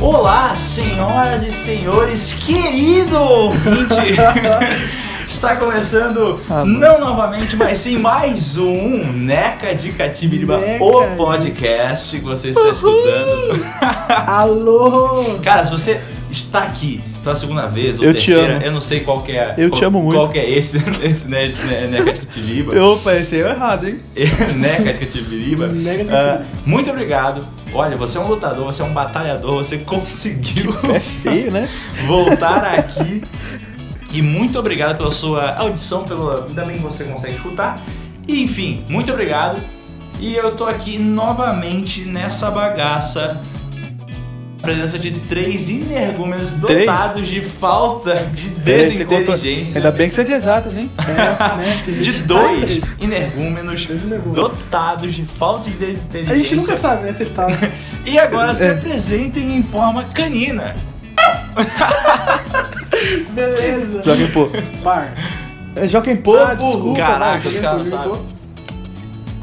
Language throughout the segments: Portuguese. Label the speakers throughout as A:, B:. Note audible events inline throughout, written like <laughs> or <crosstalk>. A: Olá, senhoras e senhores, querido
B: <laughs>
A: ouvinte! Está começando,
B: Ah, mano.
A: não novamente, mas sim mais um Neca de Catibiriba,
B: Neca
A: o
B: de-
A: podcast que você está escutando.
B: Alô!
A: Cara, se você está aqui pela segunda vez ou
B: Eu te
A: terceira,
B: amo.
A: eu não sei qual que é,
B: Eu
A: qual,
B: te amo muito.
A: qual que é esse, <laughs> esse ne- ne- Neca de Catibiriba.
B: Eu pensei errado, hein?
A: <laughs>
B: É.
A: Neca de Catibiriba.
B: <laughs> Neca de
A: Ah,
B: Catibiriba.
A: muito obrigado. Olha, você é um lutador, você é um batalhador, você conseguiu.
B: É feio, né?
A: voltar aqui. E muito obrigado pela sua audição, pelo também você consegue escutar. E, enfim, muito obrigado. E eu tô aqui novamente nessa bagaça. na Presença de três energúmenos
B: Três?
A: dotados de falta de
B: É, você contou-
A: desinteligência.
B: Ainda bem que você é de exatas, hein? <laughs> É, né? Tem
A: De
B: gente-
A: dois energúmenos
C: Três negócios.
A: dotados de falta de
C: A
A: desinteligência.
C: gente nunca sabe, né? Se ele tá.
A: E agora se
B: É.
A: apresentem em forma canina.
C: Beleza.
B: Joguem pô.
C: Par.
B: É, Joguem pô,
C: Ah,
B: burro.
C: desculpa,
A: Caraca,
C: vai,
A: os caras
C: ganhei,
A: não
C: ganhei,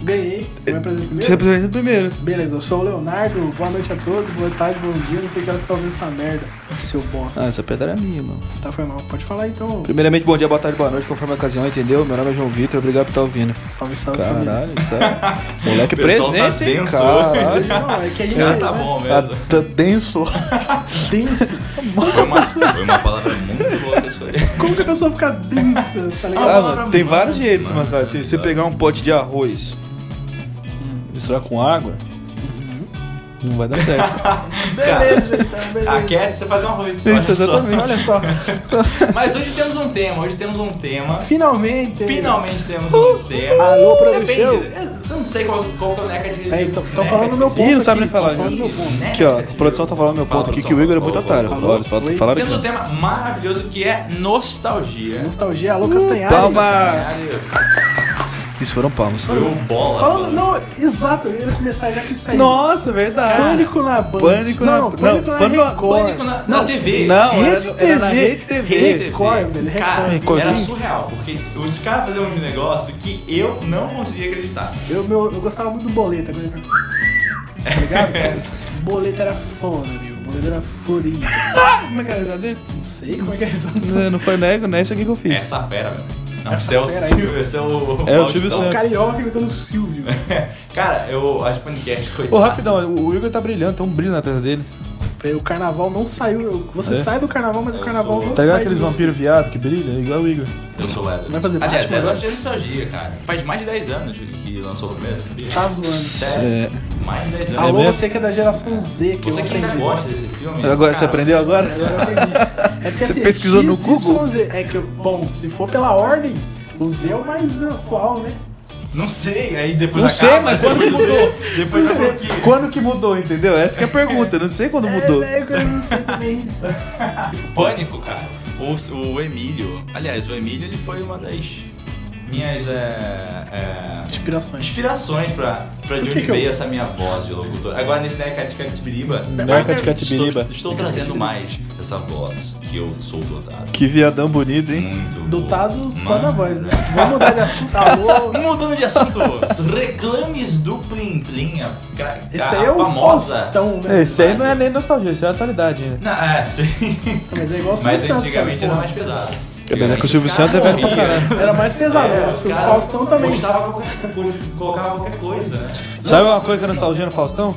C: Ganhei. Vai apresentar
B: Você
C: primeiro?
B: apresenta primeiro.
C: Beleza, eu sou o Leonardo. Boa noite a todos. Boa tarde, bom dia. Não sei que horas você tá ouvindo essa merda. Seu bosta.
B: Ah, essa pedra é minha, mano.
C: Tá, foi mal. Pode falar então.
B: Primeiramente, bom dia, boa tarde, boa noite, conforme a ocasião, entendeu? Meu nome é João Vitor, obrigado por estar ouvindo.
C: Salve, salve, família.
B: Caralho, sério. Moleque
A: O pessoal tá
B: presença, hein?
A: denso
B: Caralho.
C: Não, é que a gente
A: Já
C: é,
A: tá
C: né,
A: bom mesmo.
B: Tá, tá denso.
C: denso.
A: Foi uma, foi uma palavra muito boa que eu escolhi.
C: Como que a pessoa fica densa, tá ligado?
B: Ah,
A: palavra
B: mano, tem
A: mano,
B: vários jeitos,
A: mano.
B: mano, cara. Tem, você pegar um pote de arroz, misturar com água, não vai dar certo.
C: Beleza, então, beleza.
A: Aquece, você faz um arroz.
B: Isso,
A: olha só.
B: exatamente.
C: Olha só.
A: Mas hoje temos um tema, hoje temos um tema.
C: Finalmente.
A: Finalmente temos um tema.
C: Uh. Alô,
A: Depende,
C: produção.
A: eu não sei qual, qual que é o Neca de...
C: Peraí, tô- então, tô
A: Neca
C: falando
A: de-
C: meu
B: Ih, não sabe nem
C: aqui,
B: falar.
C: tô falando
B: Ih,
C: meu ponto.
A: Neca
B: Aqui,
A: de-
B: ó. A produção tá falando meu
A: Fala,
B: ponto aqui, que
A: produção,
B: o Igor é muito
A: fala,
B: otário.
A: fala,
C: fala.
B: Olha, fala-
C: Oi.
B: fala aqui.
A: Temos um tema maravilhoso que é nostalgia.
C: Nostalgia, alô, Castanhari.
B: Palmas.
A: Caralho,
B: Isso foram palmas.
A: Foi um bola.
C: Falando,
A: mano.
C: não, exato, eu ia começar já que saiu.
B: Nossa, verdade.
C: Pânico na Band.
B: Pânico na-
C: não, Pânico
B: não,
C: na
B: Pânico-
C: Record.
A: Pânico na, na TV.
B: Não, era,
C: Rede
B: era na
C: TV.
B: Rede
A: Rede
B: TV.
C: Record, velho, Record.
A: Cara,
B: Record.
A: era surreal, porque os caras faziam uns negócios que eu não conseguia acreditar.
C: Eu, meu, eu gostava muito do Boleta. quando ele-
B: É.
C: Tá ligado? cara? boleta era foda, meu. Boleta era foda.
B: <laughs> Como é que é a risada dele?
C: Não sei como é que é isso.
B: Não, não foi nego, não é isso aqui que eu fiz.
A: Essa fera, velho. Não, esse é o
C: fera aí.
A: Silvio, esse é o.
B: É o
A: Paulistão.
B: Silvio
C: O
B: Santos.
C: carioca imitando o Silvio.
A: <laughs> Cara, eu acho podcast, coitado.
B: Ô, rapidão, o Igor tá brilhando, tem um brilho na testa dele.
C: O carnaval não saiu. Você
B: É?
C: sai do carnaval, mas
A: Eu
C: o carnaval
A: sou-
C: não
B: Tá
C: sai.
B: ligado
C: de
B: aqueles
C: você.
B: vampiros viado que brilha? É Igual o Igor.
A: Eu sou o Eder.
C: Vai fazer
A: Aliás,
C: Batman
A: Eder
C: agora?
A: achei nostalgia, cara. Faz mais de 10 anos que lançou o primeiro filme.
C: Tá zoando.
A: Sério? Mais de 10 anos.
C: Alô,
B: É mesmo?
C: você que é da geração Z, que
A: Você
C: eu
A: que ainda
C: aprendi.
A: gosta desse filme.
B: Agora, É. você
A: cara,
B: aprendeu agora?
C: Agora eu aprendi. É porque,
B: Você pesquisou no
C: XYZ,
B: Google?
C: É que, bom, se for pela ordem, o Z é o mais atual, né?
A: Não sei, aí depois
B: Não sei,
A: acaba, <laughs>
B: mas
A: depois
B: quando
A: mudou. Depois
C: Não
A: mudou
C: sei.
A: aqui.
B: Quando que mudou, entendeu? Essa que é a pergunta, eu não sei quando mudou.
C: É, né, eu não sei também.
A: Pânico, cara. O, o Emílio. Aliás, o Emílio ele foi uma das minhas. É, é, <laughs>
C: Inspirações.
A: inspirações pra, pra de
C: que
A: onde
C: que eu-
A: veio essa minha voz de locutor. Agora nesse Neca de Catibiriba.
B: Neca de Catibiriba.
A: Estou, estou trazendo mais essa voz que eu sou dotado.
B: Que viadão bonito, hein?
A: Muito.
C: Dotado
A: boa.
C: só na
A: Mano.
C: voz, né? Vamos mudar de assunto. Alô.
A: Mudando de assunto, <laughs> reclames do Plim Plim, a, cra-
C: Esse
A: a
C: aí é o
A: famosa.
C: Faustão, né?
B: Esse aí não é nem nostalgia, isso é atualidade ainda.
A: Não, é, sim.
C: Mas é igual o Silvio
A: Mas
C: Santos.
A: antigamente
C: cara,
A: era
C: pô.
A: mais pesado.
B: bem, né, que o
A: Antigamente,
B: Silvio
A: os caras
B: Santos é velho pra
A: morriam.
B: caralho.
C: Era mais
A: <laughs>
C: pesado.
A: É,
C: o
A: os
C: Silvio
A: caras
C: Faustão também.
A: Postava qualquer, colocava qualquer coisa, né?
B: Sabe uma coisa que é nostalgia no Faustão?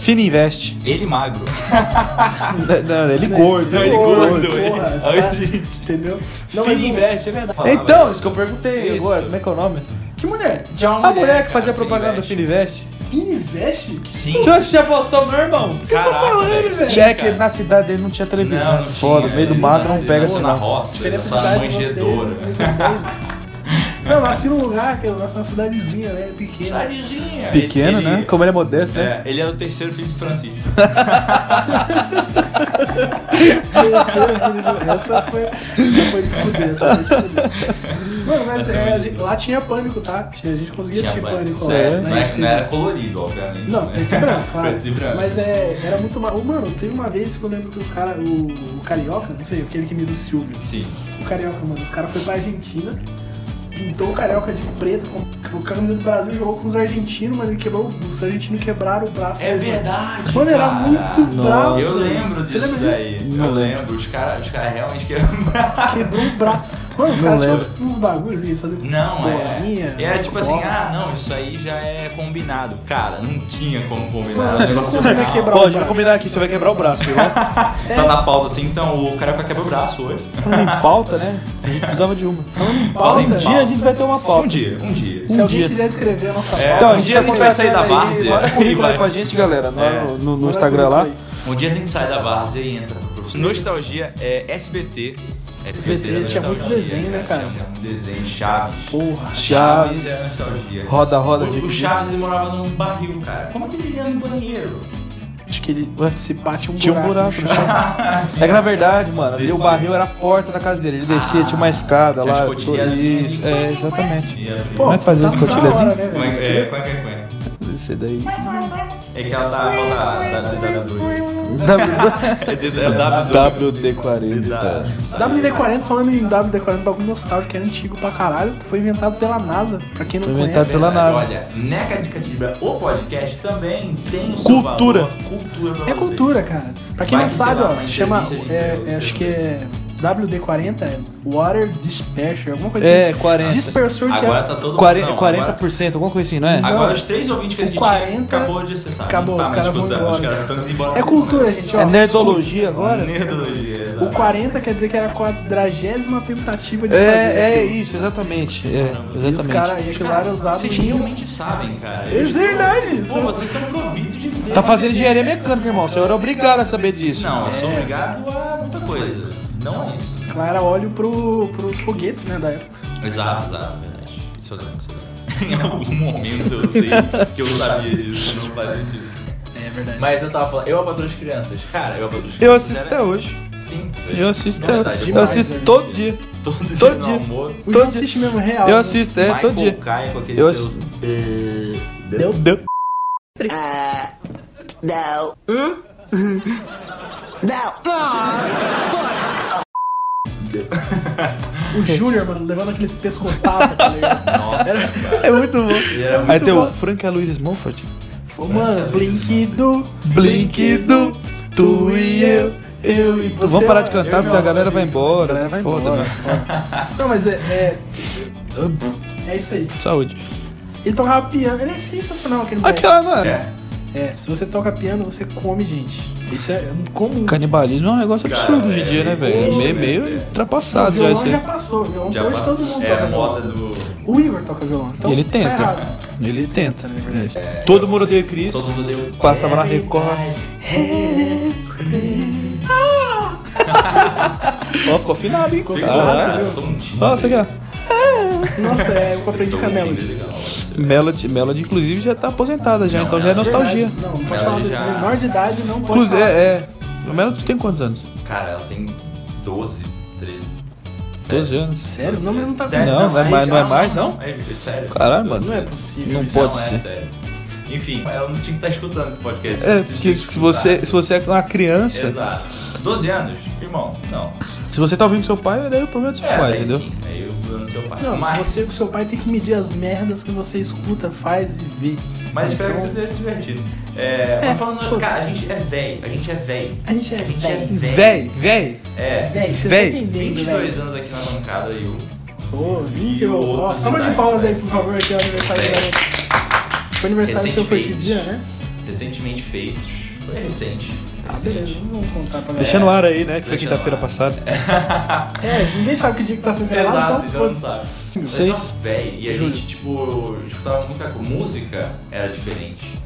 B: Fini investe.
A: Ele magro.
B: Ah, Não, ele
C: Não,
B: gordo.
C: esse-
A: ele
C: Porra,
A: gordo, ele-
C: porra,
A: Ai,
C: tá-
A: gente.
C: Entendeu?
A: Não,
C: Não, mas o-
A: investe, é verdade.
B: Então, isso é, que eu perguntei
A: Isso.
B: agora, como é que é o nome?
C: é Que mulher?
A: Tinha uma
B: A mulher que
A: cara,
B: fazia
A: Fini
B: propaganda do
A: Invest.
B: Fininvest.
C: Fini veste?
A: Sim.
B: Deixa eu assistir a Faustão, meu irmão.
C: vocês estão
A: Caraca,
C: falando, velho?
A: sim,
B: É que
A: cara.
B: na cidade dele não tinha televisão.
A: Não, não
B: Foda,
A: tinha,
B: no meio do
A: ele
B: mato não
A: nasceu
B: pega
A: na
B: sinal.
A: roça,
C: é Diferença
A: essa
C: de idade de vocês.
A: manjedora.
C: eu tenho 10 anos. Não, eu nasci num lugar, que eu nasci numa cidadezinha, né? Pequena.
A: Cidadezinha.
B: Pequeno,
A: Ele-
B: né? Como ele é modesto, né?
A: É, ele é o terceiro filho de Francisco.
C: Essa foi, essa foi de fuder, essa foi de fuder. Mano, mas
A: Essa
C: é,
A: foi
C: a
A: de
C: gente-
A: fuder.
C: lá tinha pânico, tá? Tinha- A gente conseguia
A: Tinha
C: assistir
A: branco,
C: pânico. lá,
A: sério.
C: né?
A: Não,
C: A
A: é-
C: gente
A: não
C: teve-
A: era colorido, obviamente. <laughs>
C: Não,
A: né?
C: preto e branco, claro.
A: Preto e branco.
C: Mas é, era muito mal. Ô, Mano, teve uma vez que eu lembro que os caras, o, o Carioca, não sei, aquele que me do Silvio.
A: Sim.
C: O Carioca, mano, os caras foram pra Argentina, pintou o Carioca de preto, com o camisa do Brasil, jogou com os argentinos, mas ele quebrou, os argentinos quebraram o braço.
A: É
C: dele.
A: verdade,
C: Mano, era
A: cara.
C: muito
B: Nossa.
C: bravo.
A: Eu lembro
C: Você
A: disso
C: lembra
A: daí.
B: Não
A: eu
B: lembro.
A: lembro. Os caras os cara realmente <laughs> quebraram.
C: Quebrou o braço. Mano, os
B: Não
C: caras tinham uns,
B: lembro.
C: uns bagulhos que eles faziam com
A: Não,
C: bolinha.
A: é. É tipo assim,
C: bola.
A: ah, não, isso aí já é combinado. Cara, não tinha como combinar.
C: Mano,
A: o negócio
C: como é
A: real.
C: quebrar
B: Ó,
C: o
B: a gente vai
C: braço?
B: combinar aqui, você vai quebrar o braço, viu?
A: Tá na pauta assim, então o Carioca quebra o braço hoje.
B: Falando em pauta, né? A gente precisava de uma.
A: Fala em
B: Um dia a gente vai ter uma pauta.
A: Um dia, um dia.
C: Se
B: um
C: alguém
B: dia.
C: quiser escrever a nossa
A: É,
C: pauta,
A: Então,
B: a
A: um
B: gente
A: dia a
B: tá
A: gente vai sair da
B: contratando aí,
A: várzea
B: Olha o
A: e
B: currículo
A: vai.
B: aí pra gente, galera, no,
A: É.
B: Tá no- no, Instagram lá.
A: Um dia a gente sai da várzea e entra pro profissional. Nostalgia é SBT. SBT,
C: SBT,
A: era
C: tinha muito
A: nostalgia,
C: desenho, né, cara?
A: Tinha muito desenho, Chaves.
C: Porra.
B: Chaves.
A: era nostalgia.
B: Roda, roda.
A: é. O,
B: de-
A: o Chaves ele morava num barril, cara. Como é que ele ia no banheiro?
C: Acho que ele
B: Ué,
C: se bate um
B: Tinha um
C: buraco.
B: buraco. no chão. é que na verdade, mano, ali o
A: Descia.
B: barril era a porta da casa dele. Ele descia,
A: Ah,
B: tinha uma escada
A: Tinha
B: lá.
A: uma assim. escotilhazinha.
B: Isso, é, exatamente.
A: E abria.
B: Como é que fazia
C: tá
B: as
C: muito da
B: cotilhas
C: hora,
B: assim?
C: né,
A: Como é
C: velho?
A: que- é, como é que é, como é? <laughs>
B: Esse daí.
A: É que ela tá a da, da, da, da 2. É, de- é W2.
B: WD-40.
C: WD-40, falando em WD-40, bagulho nostálgico, que é antigo pra caralho, que foi inventado pela NASA, pra quem não
B: Foi
C: conhece.
B: inventado pela NASA.
A: Olha, Neca de Catibra, o podcast também tem o seu
B: Cultura.
A: valor. Cultura pra
C: É
A: vocês.
C: cultura, cara. Pra quem
A: Vai
C: não
A: que, sei
C: sabe,
A: lá,
C: ó,
A: uma
C: chama.
A: entrevista a gente
C: é-
A: deu,
C: é, acho que
A: deu
C: é WD-40, é Water Dispersion, alguma coisa
B: É,
C: assim.
B: 40.
C: Dispersor de
A: Agora
C: água.
A: tá todo mundo.
B: 40,
A: não,
B: 40%, alguma coisa assim, não é?
A: Agora, agora os três ouvintes que a gente
C: O 40
A: tinha acabou de acessar.
C: acabou,
A: não
C: os
A: tá mais
C: caras vão
A: escutando, os
C: embora.
A: caras estão indo embora.
C: É
A: nesse
C: cultura,
A: momento.
C: gente, ó.
B: É nerdologia agora?
A: Nerdologia.
C: O
A: exato.
C: 40 quer dizer que era a quadragésima tentativa de fazer.
B: É, é
C: aquilo.
B: isso, exatamente. É,
C: E os caras
B: exatamente.
C: aí, aquilo lá
A: Cara,
C: era usado.
A: vocês
C: em-
A: realmente sabem, cara.
C: É verdade.
B: um
A: Pô, vocês são providos de Deus.
B: Tá fazendo engenharia mecânica, irmão. Você era obrigado a saber disso.
A: Não, eu sou obrigado a muita coisa. Não é isso.
C: Lá era óleo pro, pros foguetes, né, da época.
A: Exato, exato, verdade. Isso eu lembro, isso eu lembro. <laughs> Em algum momento eu sei que eu sabia disso, não faz sentido.
C: É verdade.
A: Mas eu tava falando, eu apatrulho as crianças. Cara, eu apatrulho as crianças.
B: Eu assisto
A: era-
B: até hoje.
A: Sim.
B: Eu assisto
A: Nossa,
B: até hoje. Eu
A: demais,
B: assisto
A: né?
B: todo dia.
A: Todo dia
B: todo
A: no
B: dia.
A: almoço.
C: o
B: todo
C: João
B: dia-
C: assiste mesmo real.
B: Eu
C: né?
B: assisto, é, todo dia.
A: Michael Caio com aqueles
B: Eu
A: seus... É,
B: assisto.
C: Deu?
B: Deu.
D: Não. Não.
C: O Júnior, mano, levando aqueles pescotados, tá ligado?
A: Nossa, cara.
B: É muito bom.
A: Ele era muito
B: Aí tem
A: bom.
B: o Frank e a Luiz Mumford.
C: Pô, Mano, Blink do.
B: Blink do tu e eu, eu
C: você.
B: e
C: é
B: tu. Vamos parar de cantar
A: eu
B: porque a
A: não,
B: galera vai
A: sabia,
C: A galera
B: embora.
C: vai
B: Foda, né?
C: embora.
B: mano.
C: foda. Não, mas é, é. É isso aí.
B: Saúde.
C: Ele tocava piano, ele é sensacional aquele moleque.
B: Aquela, mano.
A: É,
C: É, se você toca piano, você come, gente. Isso é comum.
B: Canibalismo é um negócio
A: Cara,
B: absurdo hoje em
A: é
B: dia, né,
A: meio
B: velho?
A: louco,
B: Meio,
A: né,
B: meio
A: velho?
C: O
B: ultrapassado já
C: violão
B: isso
C: já
B: aí.
C: passou, o violão
B: Então
A: já
C: hoje
A: pa-
C: todo mundo
A: é
C: toca
A: a moda
C: violão.
A: do...
C: O Igor toca violão, então
B: Ele
C: tá
B: tenta.
C: errado.
B: Ele tenta, né?
C: na verdade.
B: Todo mundo odeia o Chris.
A: Todo mundo É. deu...
B: Passava na Record. Ó, ficou afinado, hein?
A: Ficou
B: Caralho.
A: lá, eu tô um timbre.
B: Nossa, aqui, Ah, é? ó.
C: Nossa, é, eu aprendi
A: Tô
C: com a
A: um
C: Melody.
A: timbre legal.
B: Melody, Melody, inclusive, já tá aposentada já,
A: Não,
B: então já é
A: ela-
B: nostalgia.
C: Verdade, Não, não
A: Melody
C: pode falar de
A: já-
C: menor de idade, não pode
B: Inclusive,
C: falar.
B: é, é. A Melody tem quantos anos?
A: Cara, ela tem 12, 13.
B: 12 anos.
C: Sério? Não, mas não tá com
B: Sério? Não, não é
C: 16.
B: mais- não é mais, não?
A: É, é sério.
B: Caralho, mano.
C: Não é possível.
B: Não
C: isso.
B: pode
A: é
B: ser.
A: sério. Enfim, ela não tinha que estar escutando esse podcast.
B: É,
A: Vocês
B: porque
A: tinham que
B: se você,
A: escutar.
B: se você é uma criança,
A: Exato. 12 anos, irmão, não.
B: se você tá ouvindo seu pai, daí o problema é do seu
A: É,
B: pai,
A: daí
B: entendeu?
A: sim, aí eu dando seu pai.
C: Não, se
A: mas,
C: você com seu pai tem que medir as merdas que você escuta, faz e vê.
A: mas espero
C: Então,
A: que você tenha se divertido. É,
C: É,
A: mas falando,
C: foda-se.
A: cara, a gente é velho, a gente é velho.
C: A gente é
A: A gente é
C: velho.
A: velho.
B: véi.
A: É,
C: Velho, você tá
B: Véi.
C: entendendo,
A: 22
C: velho.
A: anos aqui na bancada e eu.
C: Pô, 20
A: E o
C: anos.
A: outro né?
C: Ó, Salva de
A: cidade,
C: palmas aí,
A: velho.
C: por favor, aqui é o aniversário da
A: Velho.
C: galera. Foi aniversário seu, foi que
A: Recentemente.
C: dia, né?
A: Recentemente feitos. Foi recente.
C: Tá,
A: recente.
C: beleza, não vou contar pra galera.
B: Deixa no ar aí, né? Que foi
A: Deixa no
B: quinta-feira
A: ar.
B: passada.
C: É, ninguém sabe que dia que tá sendo
A: Exato,
C: gravado,
A: então
C: então
A: não
C: foda-se.
A: sabe. Mas
B: Vocês-
A: é velho. E a
C: Júlio.
A: gente, tipo, escutava muita coisa. Música era diferente.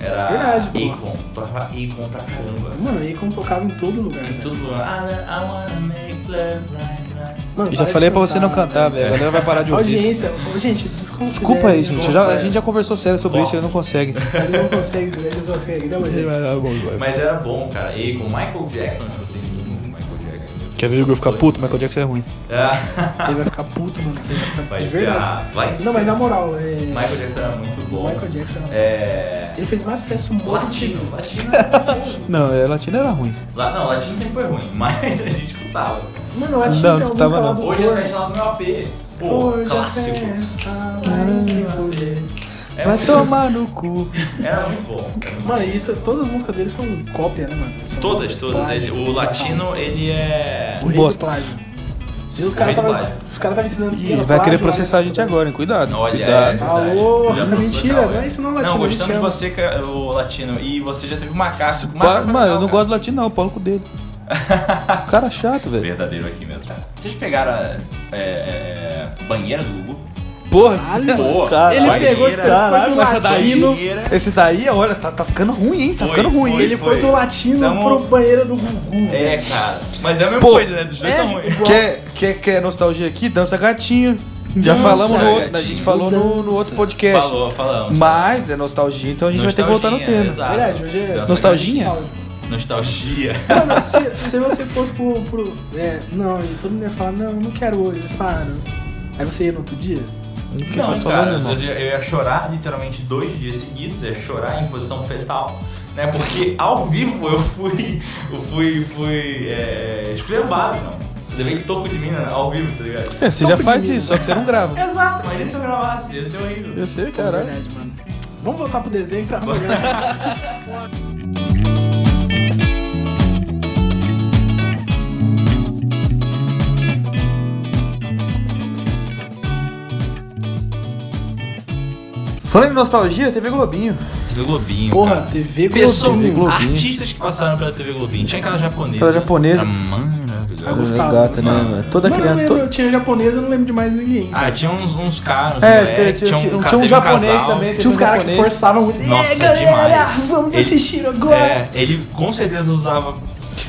A: Era
C: Verdade, pô.
A: Akon. Tocava Akon pra caramba.
C: Mano, o Akon tocava em todo lugar.
A: Em
C: velho.
A: tudo. I wanna make love right, right.
C: Mano,
B: Eu já
C: para de
B: falei pra você não
C: cantar,
B: cantar, velho. A galera vai parar de ouvir.
C: né? Audiência, ô, gente, desconsidera.
B: Desculpa aí, gente.
C: eles
B: já- a gente já conversou sério sobre isso e ele não consegue.
C: não- Eles não conseguem, eles não conseguem. Não, mas eles-
A: é
B: É
A: Mas era bom, cara. Akon, Michael Jackson. Eu tenho muito Michael Jackson.
B: Quer ver o Igor ficar puto? Michael Jackson é ruim.
A: Ah,
C: Ele vai ficar puto, mano. Ele vai ficar
A: Vai
C: de É verdade.
A: espiar, vai
C: Não, mas
A: espiar.
C: na moral, é.
A: Michael Jackson era muito bom.
C: Michael Jackson.
A: É.
C: Ele fez mais sucesso um morte.
A: Latino, latino. era bom.
B: Não, é latino era ruim.
A: <laughs> Lá- Não, latino sempre foi ruim, mas a gente escutava.
C: Mano, eu acho que
B: Não,
C: tem uma
B: escutava
C: música lá
B: não.
C: do
A: Hoje é a
C: Korn.
A: festa lá do meu AP. Pô,
C: Hoje
A: clássico.
C: a festa
B: Hum.
C: vai se foder.
A: É
B: Vai
A: muito-
B: tomar no cu.
A: <laughs> Era muito bom. era muito bom.
C: Mano, isso, todas as músicas dele são cópia, né, mano? São
A: Todas, todas.
C: plágio.
A: Ele- o latino, ele é.
C: O rei
B: Bosta.
C: do plágio. E os caras
A: rei do
C: estavam
A: plágio.
C: os cara tava ensinando que
B: Ele
C: era
B: vai querer
C: plágio, lá,
B: processar a gente
C: né?
B: agora, hein? Cuidado.
A: Olha, é
B: cuidado.
A: verdade.
C: Alô,
A: Já pensou,
C: mentira,
A: Cauê?
C: não é isso não, latino,
A: Não, gostamos de
C: a gente
A: você, ca- o latino. E você já teve um macaco.
B: Pa- Mano, eu não gosto do latino, não. Paulo com
A: <laughs>
B: o dedo. Cara chato, velho.
A: Verdadeiro aqui mesmo. Vocês pegaram a é, é, banheira do Gugu?
B: Porra,
C: Caralho,
B: esse-
A: mano.
B: cara,
A: Ele pegou, foi
B: cara,
A: do
B: caralho, essa daí,
C: latino.
B: não- esse daí, olha, tá, tá ficando ruim, hein? Tá
A: Foi,
B: ficando ruim.
A: foi.
C: Ele foi do latino
A: Tamo-
C: pro banheiro do Gugu.
A: É, cara. Mas é a mesma
B: Pô,
A: coisa, né? Dos dois são ruins.
B: Quer, quer, quer nostalgia aqui? Dança gatinho. Já
C: Dança,
B: falamos no outro,
A: gatinho.
B: a gente falou no, no outro
C: Dança.
B: podcast.
A: Falou, falamos.
B: Mas é nostalgia, então a gente vai ter que voltar no
A: Nostalgia,
B: tema.
A: exato.
C: Verdade, hoje é.
A: Dança
B: Nostalginha?
A: Nostalgia.
C: Mano, se, se você fosse pro. pro- é, não, todo mundo ia falar, não, não quero hoje, faro. Aí você ia no outro dia?
B: O que
A: Não,
B: você tá
A: cara,
B: falando, irmão?
A: eu, ia- eu ia chorar literalmente dois dias seguidos, ia chorar em posição fetal, né? Porque ao vivo eu fui, eu fui, fui é, esculhambado, mano. Eu Levei toco de mina ao vivo, tá ligado?
B: É, você
C: Só
B: já
C: pedi
B: faz
C: mesmo.
B: isso, só que você
A: <laughs>
B: não grava.
A: Exato, mas é e se eu gravasse? Ia ser horrível.
B: É. Eu sei, caralho.
C: É Verdade, mano. Vamos voltar pro desenho que tá amanhã.
B: Falando em nostalgia, TV Globinho.
A: TV Globinho.
C: Porra, TV Globinho.
A: Pessoa,
B: TV Globinho.
A: artistas que passaram pela TV Globinho. Tinha aquela japonesa.
B: Aquela
A: Era
B: japonesa.
C: Eu
A: Maravilhosa.
C: gosto. Gustavo,
B: Gata,
C: Gustavo.
B: né, mano? Toda
C: Mano,
B: criança.
C: eu, lembro,
B: Toda...
C: eu tinha japonês, eu não lembro de mais ninguém.
A: Ah, tinha uns, uns caras, uns
B: É,
A: moleque,
B: tinha- tinha-
A: ca-
B: tinha um
A: teve
B: japonês
A: casal.
B: também,
C: tinha uns caras que
B: japonês.
C: forçavam muito.
A: um Nossa,
C: é, galera,
A: demais.
C: vamos
A: Ele-
C: assistir
B: um
C: agora.
A: É, ele com certeza usava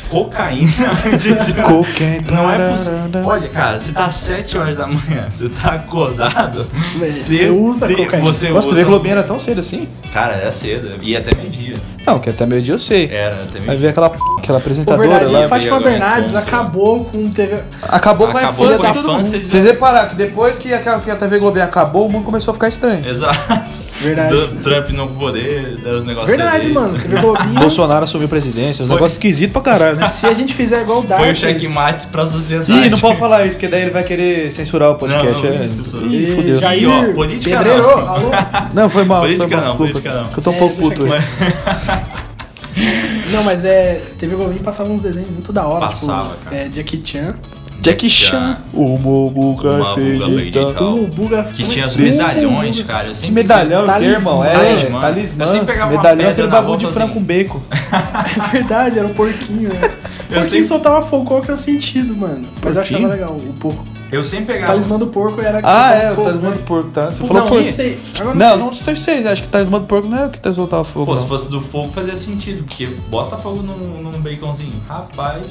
A: cocaína <laughs> de
B: <laughs> Cocaine.
A: Não é possível. Olha, cara, você tá às 7 horas da manhã, <laughs> você tá acordado.
C: Velho, você usa
A: te-
C: cocaína.
A: Você
B: Nossa,
A: usa.
B: TV Globinho era tão cedo assim?
A: Cara, era cedo. E até meio-dia.
B: Não, que até meio-dia eu sei.
A: Era, até
B: Aí
A: meio-dia.
B: veio aquela, p- aquela
C: Por
B: apresentadora
C: verdade,
B: lá.
A: vi
C: Fátima
A: tá agora, então.
C: Bernardes
A: encontro.
C: acabou com TV.
B: Acabou com a
A: Acabou
B: infância
A: com a
B: de todo mundo.
A: infância de-
B: Vocês repararam que depois que a, que a TV Globinho acabou, o mundo começou a ficar
A: É.
B: estranho.
A: Exato.
C: Verdade.
A: Do- Trump não poder, dar os negócios
C: Verdade,
A: dele.
C: mano. TV Globinho.
B: Bolsonaro assumiu a presidência, um
A: Foi.
B: negócio esquisito pra
A: <laughs>
B: caralho, né?
C: se a gente fizer igual o Dark.
A: Foi o checkmate pra sociedade.
B: Ih, não pode falar isso, porque daí ele vai querer censurar o podcast.
A: Não, não,
B: é.
A: isso, isso.
B: Ih, fudeu.
A: já- Aí, ó, política
C: Pedreiro,
A: não.
C: alô?
B: Não, foi mal,
A: Política
B: foi mal,
A: não,
B: desculpa.
A: política não.
B: Que eu tô um
C: É,
B: pouco
C: deixa
B: puto
C: quieto.
B: hoje.
C: Não, mas é. TV Globinho passava uns desenhos muito da hora.
A: Passava,
C: tipo,
A: cara.
C: É, Jackie Chan.
B: Jack
A: Chan.
B: Chan. O Mobu
A: Uma buga
B: Cafeita.
A: feita.
C: O Buga.
A: Então, Que tinha os
C: Buga-
A: medalhões, cara. Eu sempre.
B: Medalhão, que,
C: Talismã.
B: irmão? É,
A: Talismã.
B: talismã.
A: Eu sempre pegava uma
B: medalhão,
A: pedra
B: aquele
A: na
B: bagulho
A: roupa
B: de
A: assim.
B: frango com bacon.
C: <laughs> É verdade, era um porquinho, né?
A: <laughs> Eu
C: Porquinho
A: sempre-
C: soltava fogo, qual que é o sentido, mano? Mas eu achava
B: Porquinho?
C: legal o porco.
A: Eu sempre
C: O
A: pegava.
C: talismã do porco era que
B: Ah,
C: soltava
B: é, o
C: fogo,
B: talismã
C: né?
B: do porco, tá? Você
C: Puta,
B: falou
C: não, é
B: porco.
C: não sei. Agora
B: Não,
C: sei.
B: não dos terceiros. Acho que o talismã do porco não era o que soltava fogo.
A: Pô,
B: não.
A: se fosse do fogo fazia sentido, porque bota fogo num, num baconzinho. Rapaz,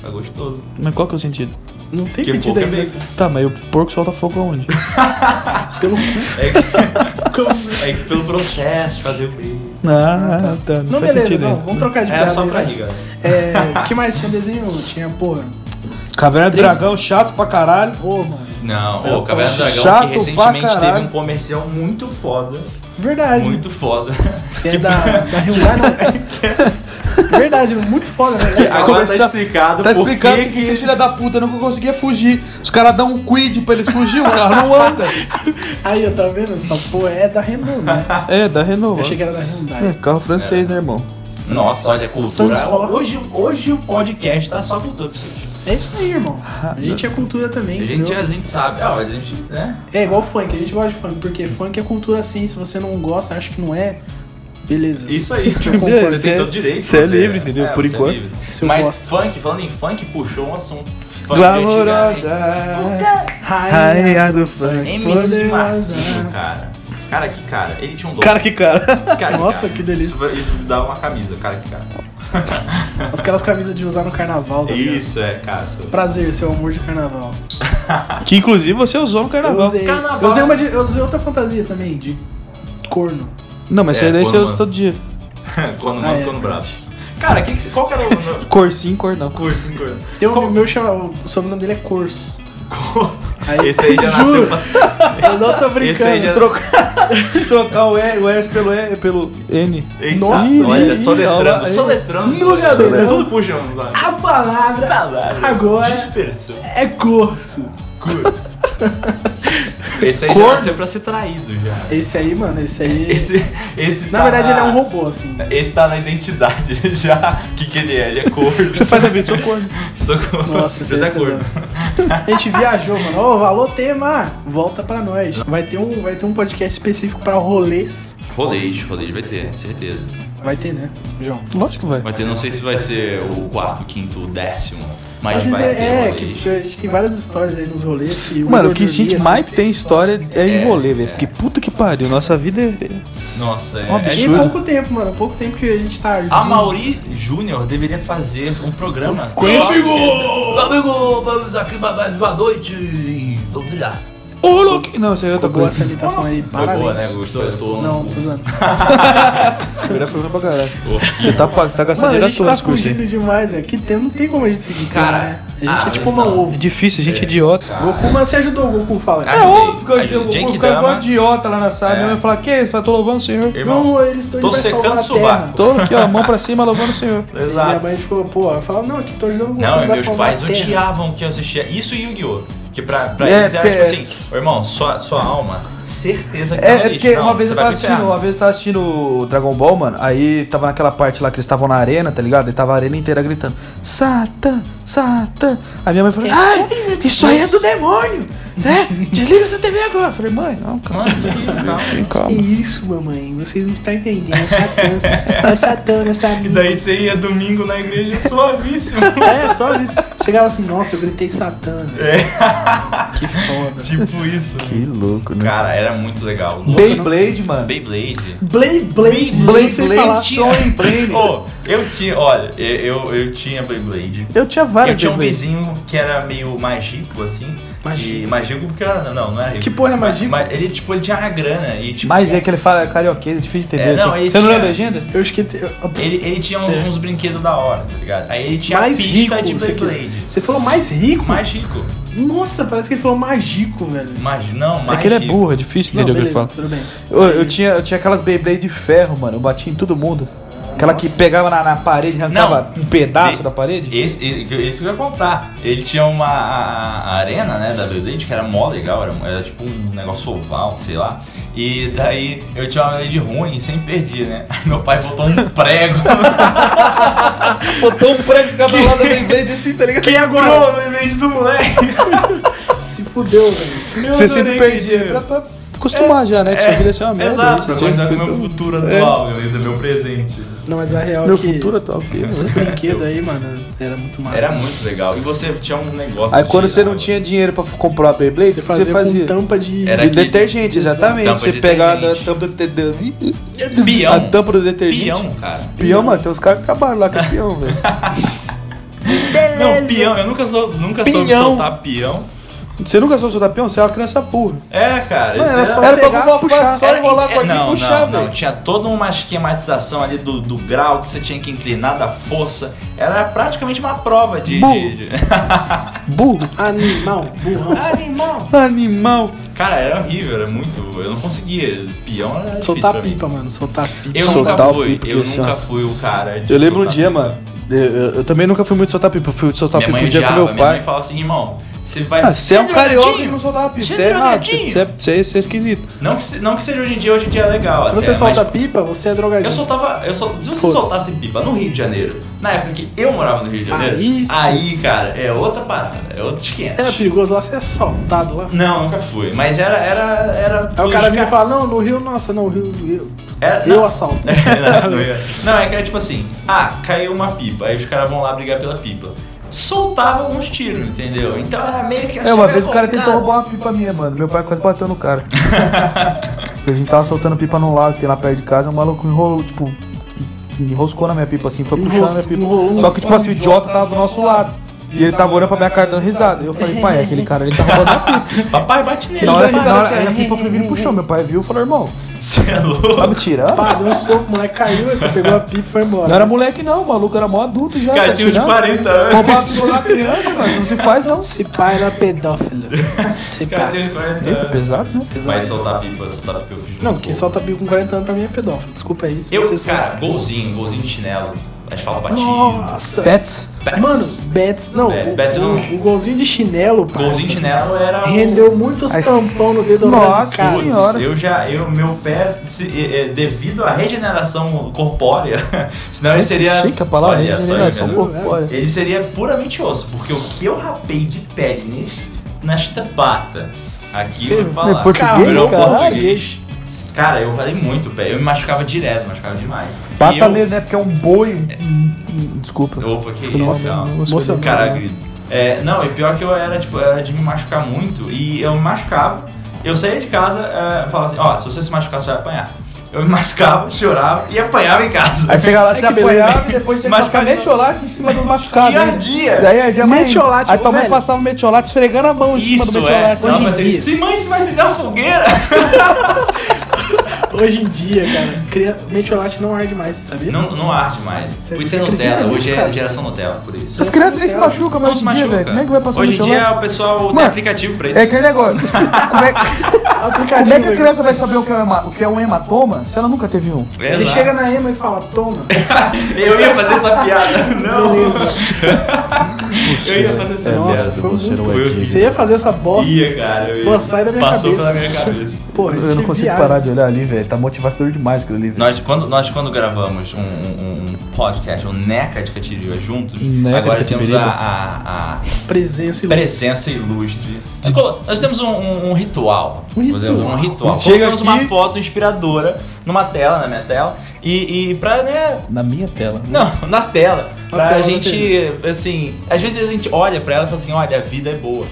A: tá gostoso.
B: Mas qual que é o sentido?
C: Não tem
A: Porque
C: sentido
A: porco é
C: ainda.
A: bacon.
B: Tá, mas o porco solta fogo aonde?
C: Pelo cu.
A: É
B: <laughs>
A: que, <laughs> é que pelo processo de fazer o bacon.
B: Ah, tá. Não,
C: Não,
B: faz
C: beleza,
B: sentido
C: não.
B: ainda.
C: Vamos trocar de
A: É
C: piada
A: só
C: aí,
A: pra
B: né?
C: vai.
A: rir, galera.
C: É, o que mais tinha desenho? Tinha, porra.
B: Caverna do
C: Três-
B: Dragão, chato pra caralho.
C: Ô, mano.
A: Não, o Caverna do Dragão,
B: É Chato
A: que
B: pra
A: recentemente teve
B: caralho.
A: um comercial muito foda.
C: Verdade.
A: Muito foda.
C: Que é da, da Hyundai, não. Verdade, muito foda,
A: <laughs> Agora
C: né?
A: tá
B: <laughs> comercial-
A: explicado
B: Tá
A: por que
B: explicando que,
A: que-
B: esses filha da puta não conseguia fugir. Os caras dão um quid pra eles fugir, o carro não anda.
C: Aí, eu tá vendo? Essa porra é da Renault,
B: <laughs>
C: né?
B: É, da Renault.
C: Eu achei que era da
B: É,
C: Hyundai.
B: carro francês, né, irmão?
A: Nossa, olha, cultura.
C: Tão só.
A: Hoje, hoje o podcast tá só cultura pra vocês.
C: É isso aí, irmão. A gente é cultura
A: A
C: também,
A: gente, a
C: entendeu?
A: gente sabe. Ah, a gente, né?
C: É igual funk, a gente gosta de funk, porque funk é cultura assim, se você não gosta, acha que não é, beleza.
A: Isso aí. tipo,
C: Beleza,
A: Você tem
B: você-
A: todo direito.
B: você é livre, entendeu? Por
A: você é
B: enquanto.
A: livre.
C: Se eu
A: Mas
C: gosto.
A: funk, falando em funk, puxou um assunto. Funk antigamente.
B: Glamourosa,
C: Rainha.
B: rainha do funk.
A: MC
C: Poderosa.
A: Marcinho, cara. Cara, que cara. Ele tinha um dom.
B: Cara, que cara.
A: Cara,
C: Nossa, que delícia.
A: Isso, isso dava uma camisa, cara, que cara.
C: Aquelas camisas de usar no carnaval, tá ligado?
A: Isso, é, cara. isso.
C: Prazer, seu amor de carnaval.
B: <laughs> Que inclusive você usou no
C: Eu
B: carnaval.
C: usei,
A: Carnaval.
C: eu usei uma de- eu usei outra fantasia também, de corno.
B: Não, mas
A: É,
B: isso aí daí você
A: quando
B: usa
A: lança.
B: todo dia.
A: <laughs> Quando
C: Ah,
A: mais,
C: é,
A: quando bravo.
C: verdade.
A: Cara, que que, você- qual que era o nome?
B: <laughs> Cor sim, cor não.
A: Cursinho, cor-
C: Tem um
A: Qual-
C: amigo meu chama, o sobrenome dele é Corso.
A: Curso.
C: Aí-
A: Esse aí já nasceu
C: Juro.
A: pra...
C: Eu não tô
A: Esse aí
C: brincando.
A: já-
B: Se trocar, <laughs> se trocar o, e, o S pelo E pelo N.
A: Eita,
C: Nossa,
A: olha,
B: ih,
A: soletrando,
B: ih,
A: soletrando.
C: ih, lugar
A: soletrando,
C: dele, né?
A: Tudo puxa um lado.
C: A palavra
A: Palavra.
C: Agora-
A: É Dispersou.
C: é corso.
A: Curso. Esse aí
B: Corno.
A: já nasceu pra ser traído já.
C: Esse aí, mano, esse aí.
A: Esse, esse
C: Na
A: tá
C: verdade,
A: na-
C: ele é um robô, assim.
A: Esse tá na identidade <laughs> já. O que, que ele é? Ele é corno.
B: Você faz a vida, sou corno.
A: Socorro.
C: Nossa,
A: Você é
C: esse aí é
A: corno.
C: A gente viajou, mano. Ô, alô, tema! Volta pra nós. Vai ter um, vai ter um podcast específico pra rolês.
A: Rodeio, rodeio vai ter, certeza.
C: Vai ter, né, João?
B: Lógico que vai.
A: Vai ter, não sei se vai ser o quarto, quinto, o décimo,
C: Às
A: mas
C: vezes
A: vai ter
C: é, é,
A: rodeio.
C: que a gente tem várias histórias aí nos rolês que. um
B: Mano, o
C: eu
B: que a gente
C: dormi,
B: mais
C: assim,
B: tem história é
A: É,
B: em rolê, velho.
A: é.
B: Porque puta que pariu, nossa vida é.
A: Nossa, é. é
B: Um absurdo.
C: E assim. pouco tempo, mano. Pouco tempo que a gente tá.
A: A Mauri Júnior deveria fazer um programa.
B: Quando-
A: Amigo, vamos aqui mais uma noite. Obrigado.
B: Ô, louco! Não, isso aí é outra
C: Pegou
B: coisa.
C: essa imitação aí,
A: Foi
C: parabéns.
A: boa, né? Gostou? Eu tô no
C: Não,
A: curso.
C: tô usando.
B: Primeira pergunta pra caralho.
A: Pô.
B: Você tá, pa- você tá gastando
C: Mano, a
B: dinheiro à
C: gente tá
B: toa nesse curso,
C: fugindo demais, velho. Que tempo não tem como a gente seguir,
A: Cara,
C: né? A gente é
A: ah,
C: tipo
A: então.
C: uma
B: hein? É
C: ovo.
B: difícil, a gente é
A: É.
B: idiota.
C: Goku, mas você ajudou o Goku, fala.
A: Ah,
B: É óbvio que eu
A: Ajudei.
B: digo,
A: Ajudei
B: o
A: que
B: cara
A: dama.
B: igual idiota lá na sala,
A: É.
B: minha mãe fala, que isso? Fala, tô louvando o senhor.
A: Irmão,
C: não, eles estão
A: tô secando o sovaco.
B: Tô aqui, ó, mão pra cima, louvando o senhor.
C: Minha
A: Exato.
C: mãe ficou, pô, eu falava, não, aqui tô ajudando o Goku
A: Não,
C: a
A: e meus
C: salvar a
A: pais
C: Terra.
A: odiavam que eu assistia isso e Yu-Gi-Oh! Que pra, pra
B: É,
A: eles era tipo
B: porque-
A: assim, "Ô, irmão, sua, sua alma, certeza que tá
B: É,
A: no
B: é
A: lixo.
B: porque
A: Não,
B: uma vez
A: você
B: eu
A: vai
B: tava
A: pro
B: assistindo,
A: inferno."
B: uma vez eu tava assistindo o Dragon Ball, mano, aí tava naquela parte lá que eles estavam na arena, tá ligado? E tava a arena inteira gritando, Satan, Satan. Aí minha mãe falou, ai, isso aí é do demônio, né? Desliga essa TV agora. Eu falei, mãe, não, calma.
A: Mano, que isso, cara?
B: Sim,
C: Que
B: calma.
C: isso, mamãe? Vocês não estão entendendo. É
A: <laughs>
C: Satã. É o Satã, é o
A: E
C: Satã.
A: daí você ia domingo na igreja suavíssimo. <laughs>
C: É, só isso. Chegava assim, nossa, eu gritei Satã. velho.
A: É.
C: Que foda.
A: tipo isso.
B: Que louco, né?
A: Cara, era muito legal.
B: Beyblade, mano.
A: Beyblade.
C: Blade, Blade, Blade, sem falar. Oh,
B: Beyblade,
C: <laughs>
B: Sonho Blade.
A: Ô, eu tinha, olha, eu, eu, eu tinha Beyblade.
B: Eu tinha várias
A: Eu tinha um
B: Beyblade.
A: vizinho que era meio magico, assim.
C: Magico.
A: E magico porque era. Não, não era rico.
C: Que porra é magico?
A: Mas ele, tipo, ele tinha uma grana e tipo.
B: Mas é que ele fala carioquês, é difícil de entender.
A: É, não,
B: assim.
A: ele
B: Você não
A: tinha-
B: lembra a legenda?
C: Eu esqueci. eu-
A: Ele, ele tinha uns,
C: É.
A: uns brinquedos da hora, tá ligado? Aí ele tinha
C: Mais
A: a pista
C: rico,
A: de
C: isso aqui.
A: Beyblade.
C: Você falou mais rico?
A: Mais rico.
C: Nossa, parece que ele falou magico, velho.
A: Magi... Não,
B: É
A: mais
B: que ele é
A: rico.
B: burro, é difícil
C: Não,
B: entender o que ele
C: beleza, tudo
B: fala.
C: bem.
B: Eu, eu tinha, eu tinha aquelas Beyblade de ferro, mano. Eu batia em todo mundo. Aquela que
C: Nossa.
B: pegava na, na parede, arrancava um pedaço
A: De-
B: da parede.
A: Esse, esse, esse que eu ia contar. Ele tinha uma a- a arena, né, da Beyblade, que era mó legal, era, era tipo um negócio oval, sei lá. E daí eu tinha uma Beyblade ruim e sempre perdi, né? <laughs> Aí meu pai botou um prego. <laughs>
B: Botou um prego de cada lado da Beyblade assim, tá ligado?
A: Quem agorou no Beyblade do moleque?
C: Se fudeu, velho.
A: Eu
B: Você
A: adorei
B: sempre
A: aquele
B: perdia.
A: dia.
B: Pra, pra acostumar já, né? Que sua vida é ser uma merda.
A: Exato,
B: isso,
A: pra
B: tinha
A: continuar com
B: que
A: o meu
B: acostumar.
A: futuro
B: É.
A: atual, meu, esse é meu presente.
C: Não, mas a real
B: Meu
C: é que
B: futuro né? atual. que-
C: esses brinquedos aí, mano, era muito massa.
A: Era muito legal. E você tinha um negócio.
B: Aí
A: de-
B: quando você não tinha dinheiro pra f- comprar a Beyblade,
C: Você
B: o que você
C: fazia,
B: fazia?
C: com tampa de...
A: Era-
B: De
A: aqui.
B: detergente, exatamente.
A: Tampa
B: você
A: de
B: pegava a
A: detergente.
B: tampa do detergente.
A: Pião.
B: A tampa do detergente.
A: Pião, É cara.
B: Pião, mano, tem uns caras que trabalham lá com pião,
A: <laughs>
B: velho.
A: Não, peão, eu nunca, sou, nunca soube
B: Pião.
A: soltar peão.
B: Você nunca soube soltar pião? Você é uma criança burra.
A: É, cara.
B: Mano, era só
C: Era pra
B: pegar,
C: pegar,
B: puxar,
C: puxar.
B: só enrolar com aqui e
A: não,
B: puxar,
A: não, não,
B: velho.
A: tinha toda uma esquematização ali do, do grau que você tinha que inclinar da força. Era praticamente uma prova de.
B: Burro.
A: de, de...
B: Burro.
C: Animal, burrão.
A: <laughs> Animal!
B: Animal.
A: Cara, era horrível, era muito. Eu não conseguia. Peão era difícil
C: Soltar
A: pra mim.
C: pipa, mano, soltar pipa.
A: Eu
B: Soltar o
A: nunca fui,
B: pipa,
A: eu
B: que
A: nunca
B: assim,
A: fui o cara de.
B: Eu lembro um
A: soltar
B: dia,
A: pipa.
B: mano. Eu, eu- eu também nunca fui muito soltar pipa. Eu Fui soltar
A: Minha
B: pipa
A: mãe
B: um dia com
A: odiava,
B: meu
A: minha mãe
B: pai.
A: falava assim, irmão, você vai.
B: Ah, você é um
A: Você
B: carioca
A: drogadinho.
B: que não soltava pipa.
A: Você é
B: Você é nada.
A: drogadinho.
B: Você é, você é- você é esquisito.
A: Não que, se- não que seja hoje em dia, hoje em dia é legal.
C: Se
A: até,
C: você
A: mas
C: solta pipa, você é drogadinho.
A: Eu soltava. Eu sol... Se você
C: Foda-se.
A: soltasse pipa no Rio de Janeiro, na época que eu morava no Rio de Janeiro,
C: Aí sim.
A: aí, cara, é outra parada, é outro esquenta.
C: Era perigoso lá, você é soltado lá.
A: Não, nunca fui. Mas era. era,
B: É
A: era
C: Aí o cara
A: lógica-
C: vinha e fala, não, no Rio, nossa, não, Rio, eu,
A: era-
C: eu
A: É, <laughs> não.
C: assalto.
A: não, não ia. Não, é que era tipo assim, ah, caiu uma pipa, aí os caras vão lá brigar pela pipa. Soltava alguns tiros, entendeu? Então era meio que
B: É, uma
A: achava
B: vez o cara
A: revoltado.
B: tentou roubar uma pipa minha, mano. Meu pai quase bateu
A: <laughs>
B: no cara. a gente tava soltando pipa no lago que tem lá perto de casa, o maluco enrolou, tipo, enroscou na minha pipa assim, foi puxando a minha pipa.
C: Enroscou.
B: Só que, tipo assim, o idiota tava do nosso lado. E ele tava olhando pra minha cara dando risada. Eu falei, pai, aquele cara ele tá roubando a
A: <laughs>
B: pipa.
A: Papai, assim, bate nele.
B: Na hora, é
A: vai.
B: na hora aí a pipa foi vindo e puxou. Meu pai viu e falou, irmão,
A: Você é
B: tá
A: louco.
B: me tirando?
C: Pá, deu um soco, o moleque caiu, aí você pegou a pipa e foi embora.
B: Não era moleque não, o maluco era mó adulto já.
A: Cara,
B: tá
A: tinha uns
B: tirando?
A: 40 anos.
B: Roubar
C: Tá
B: a pipa na criança, mano, não se faz não.
C: Se pá, era pedófilo. Se pá.
A: Cara, tinha uns 40
B: Eita,
A: anos.
B: pesado, né?
C: Pesado.
A: Mas soltar pipa, soltar pipa eu fiz
C: Não,
A: muito
C: quem
A: pouco.
C: solta pipa com 40 anos pra mim é pedófilo. Desculpa aí, se
A: Eu,
C: você
A: cara, golzinho, golzinho de chinelo. Asfalto batido.
C: Nossa! é
B: Pets?
A: Pets.
C: Mano, Betts, não.
A: Bet-
C: o,
A: Betts
C: o-
A: É, não.
C: o golzinho de chinelo, parça,
A: Golzinho de chinelo era o-
C: Rendeu muitos
B: Ai,
C: tampão no dedo
B: nossa
C: cara.
A: Putz,
B: senhora.
A: Eu já, eu, meu pé, se- é, é, devido à regeneração corpórea, <laughs> senão ele
B: Que
A: seria.
B: chique a palavra, é
A: Olha só,
B: regeneração
A: entendeu?
B: corpórea.
A: Ele seria puramente osso, porque o que eu rapei de pele neste- nesta pata, aqui eu vou falar.
B: É português,
A: Virou
B: cara?
A: português. Cara, eu ralei muito o pé, eu me machucava direto, machucava demais. E
B: Pata
A: eu...
B: mesmo, né? Porque é um boi. um- um- Desculpa.
A: Opa, que
B: Nossa,
A: isso, não.
B: emocionante.
C: Emocionante.
A: Caraca, é, não, e pior que eu era, tipo, era de me machucar muito e eu me machucava. Eu saía de casa é, falava assim, ó, se você se machucar, você vai apanhar. Eu me <laughs> machucava, chorava e apanhava em casa.
B: Aí chega lá, você
C: que beleza.
B: apanhava e depois você
A: é. Mas
B: passava
A: faz-
B: metiolate em cima do machucado.
A: E
B: né?
A: ardia!
B: Daí ardia mais.
C: Metiolate,
B: Aí tua mãe
C: velho.
B: passava metiolate esfregando a mão em cima do
A: Isso, é.
B: metiolate.
A: Ela
C: Hoje em
A: falava assim,
C: dia.
A: "Sim, mãe, você vai se dar uma fogueira?
C: Hoje em dia, cara, cria... metiolate não arde mais, sabia?
A: Não, não arde mais.
C: Você-
A: Por isso
C: você
A: é
C: acredita
A: Nutella,
C: nisso,
A: hoje é
C: cara?
A: geração Nutella, por isso.
B: As crianças nem se
A: Não
B: machucam mais hoje
A: se
B: em dia,
A: machuca.
B: velho. Como é que vai passar
A: Hoje em dia
B: metiolate?
A: o pessoal tem
B: Mano,
A: aplicativo pra isso.
B: É aquele negócio.
A: <laughs>
B: Como é, como
C: Aplicativo,
B: é que a
C: velho.
B: criança vai saber o que, é um hema- o que é um hematoma se ela nunca teve um?
A: Exato.
C: Ele chega na Ema e fala, toma.
A: Eu ia fazer essa piada. <laughs> Não.
C: Beleza.
A: Eu ia fazer essa
C: Nossa,
A: piada.
C: foi muito
A: Foi
C: E Você ia fazer essa bosta.
A: Ia, cara. Eu ia.
C: Pô, sai da minha
A: Passou
C: cabeça.
A: pela minha cabeça.
C: Pô,
B: Eu não consigo parar de olhar ali, velho. Tá motivador demais aquilo ali, velho.
A: Nós quando, nós, quando gravamos um, um- um podcast, um NECA de Catiriba juntos,
B: Neca
A: agora
B: de
A: temos a,
B: Catiriba.
A: a- a
C: Presença e
A: presença ilustre. Nicolo, Nós temos um, um- um ritual.
B: Um
A: Nós temos
B: ritual.
A: Um ritual.
B: Chega
A: Colocamos
B: aqui-
A: uma foto inspiradora numa tela, na minha tela, e, e pra, né,
B: Na minha tela.
A: Não, na tela. Pra
C: tela,
A: a
C: na
A: gente, assim, às vezes a gente olha pra ela e fala assim, olha, a vida é boa.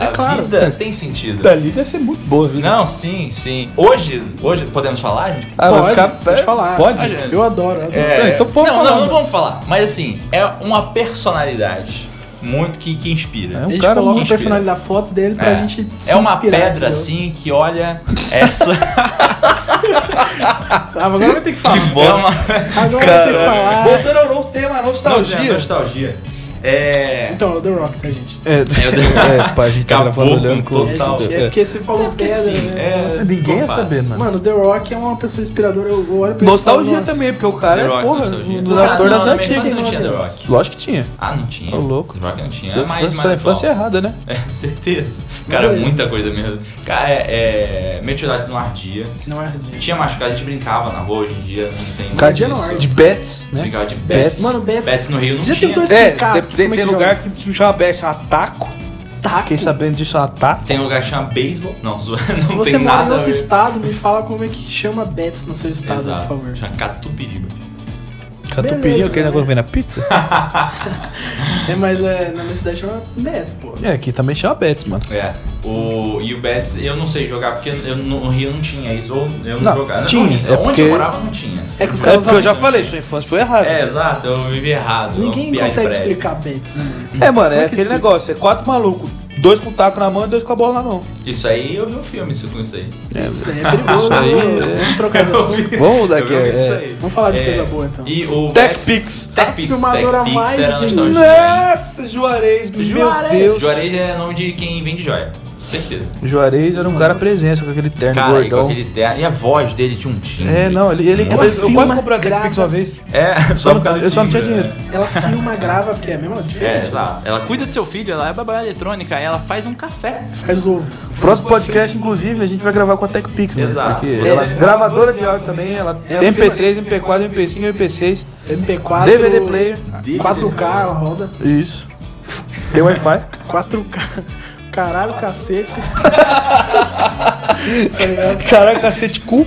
C: É
A: a
C: claro.
B: <laughs>
A: vida tem sentido.
B: ali deve ser muito boa, viu?
A: Não, sim, sim. Hoje, hoje podemos falar, gente?
B: Ah, vai
C: pode,
B: ficar-
C: pode falar.
B: Pode?
C: sabe? Eu adoro, eu adoro.
A: É,
B: então pode
A: não,
B: falar,
A: não, não
B: mano.
A: vamos falar. Mas assim, é uma personalidade muito que, que inspira.
B: É
C: A
B: um
C: gente
B: cara
C: coloca
A: que
C: o
A: inspira.
C: personagem da foto dele pra
A: É.
C: gente se
A: É uma
C: inspirar,
A: pedra
C: entendeu?
A: assim que olha essa.
C: Ah, agora vai ter que falar.
A: é uma...
C: Agora vai ter que
A: Caralho.
C: falar.
B: é. Voltando ao novo tema,
A: Nostalgia. Nostalgia. É.
C: Então, é o The Rock, tá, gente?
B: É, é, esse pá, a gente tá
A: Acabou
B: gravando olhando
A: com
B: com-
C: É,
A: Total.
C: gente, é
B: É.
C: porque você falou
A: É porque
C: pedra,
A: sim,
C: né?
A: é-
B: Ninguém ia
A: Não faz.
B: saber, mano.
C: Mano, o The Rock é uma pessoa inspiradora. Eu eu olho pra ele e
B: Nostalgia
C: falo, "Nossa,
B: também, porque o cara
A: The
B: é,
A: Rock,
B: porra,
A: nostalgia.
B: um dos
A: Ah,
B: atores
A: não,
B: da
A: na minha
B: antiga.
A: infância não
C: né,
A: tinha The
C: Deus?
A: Rock.
B: Lógico que tinha.
A: Ah, não tinha.
B: Ô, louco.
A: The Rock não tinha.
B: Sua
A: mas,
B: infância, sua
A: mas,
B: infância é
A: ó, <laughs>
B: errada, né?
A: É, certeza. Cara,
C: Beleza.
A: muita coisa mesmo. Cara, é. é Meteorite não ardia.
C: Não é ardia.
A: Tinha machucado, a gente brincava na rua hoje em dia, não tem.
B: Cara
A: muito
C: de-
A: disso.
B: De bets, né?
A: Brincava de bets.
B: Bets.
C: Mano, Betts-
A: Bets no Rio não
C: Já
A: tinha.
C: tentou
B: É,
C: explicar
B: de- de-
C: como é
B: tem,
C: que
B: lugar
C: joga.
B: que não chama bets, chama taco.
C: Taco.
B: Fiquei sabendo disso, chama taco.
A: Tem lugar que chama beisebol. Não, <laughs> zoa- não
C: Se você
A: tem
C: mora em
A: nada. a
C: outro
A: ver.
C: estado, me fala como é que chama Betts no seu estado,
A: Exato.
C: por favor.
A: Chama catupiriba.
B: Catupiry, aquele
C: Beleza,
B: negócio
C: né?
B: vem na pizza.
C: É, mas é, na minha cidade chama Betts, pô.
B: É, aqui também chama bets, mano.
A: É. O, e o Betts, eu não sei jogar, porque eu, no no Rio não tinha isso. Ou eu não,
B: Não,
A: jogava.
B: tinha,
A: Não, onde
B: é
A: eu
B: porque-
A: morava não tinha.
C: É que os
B: É
C: caras
B: porque eu já falei, sua infância foi errada.
A: É, exato, eu vivi errado.
C: Ninguém
A: piada de
C: consegue
A: prédio.
C: explicar Betts, né? mano?
B: É, mano, é
C: Como é que
B: aquele
C: explica?
B: negócio, é quatro malucos, dois com taco na mão e dois com a bola na mão.
A: Isso aí, eu vi um filme isso- com isso
C: <laughs>
A: aí.
C: Isso aí é perigoso.
B: Isso aí
C: né?
B: é-
C: Vamos trocar de
A: Eu vi-
C: assunto.
B: Vamos
A: eu
B: daqui,
A: vi um
B: é.
A: isso aí.
C: Vamos falar de coisa boa, então.
A: E o Betts-
B: Pix.
A: TechPix.
C: filmadora
A: TechPix
C: mais
A: era
C: de-
A: nostalgia.
B: Nossa, Juarez, meu
C: Juarez.
B: Deus.
A: Juarez é nome de quem vende joia. Certeza.
B: Juarez era um cara presença com aquele terno
A: Cara, e com
B: gordão.
A: aquele terno. E a voz dele tinha um timbre.
B: É, não, ele, ele,
C: Ela
B: ele- eu
C: filma
B: quase comprei a
C: grávida.
B: TechPix uma vez.
A: É, <laughs> só
B: Só
A: por
B: no-
A: causa do
B: eu só não
A: timbre,
B: tinha
A: né?
B: dinheiro.
C: Ela filma, grava, porque é a mesma
A: É,
C: diferença.
A: exato. Ela cuida do seu filho, ela é babá eletrônica, ela faz um café.
C: Faz ovo.
B: Próximo podcast, inclusive, a gente vai gravar com a TechPix, mano.
A: Exato.
B: Porque
A: Você-
B: ela é gravadora de áudio também, ela
C: É,
B: tem MP3, MP4, MP5, MP6,
C: MP4.
B: DVD player.
C: 4K, ela roda.
B: Isso. Tem Wi-Fi.
C: 4K. Caralho, cacete. tá ligado?
B: Caraca, cacete cu.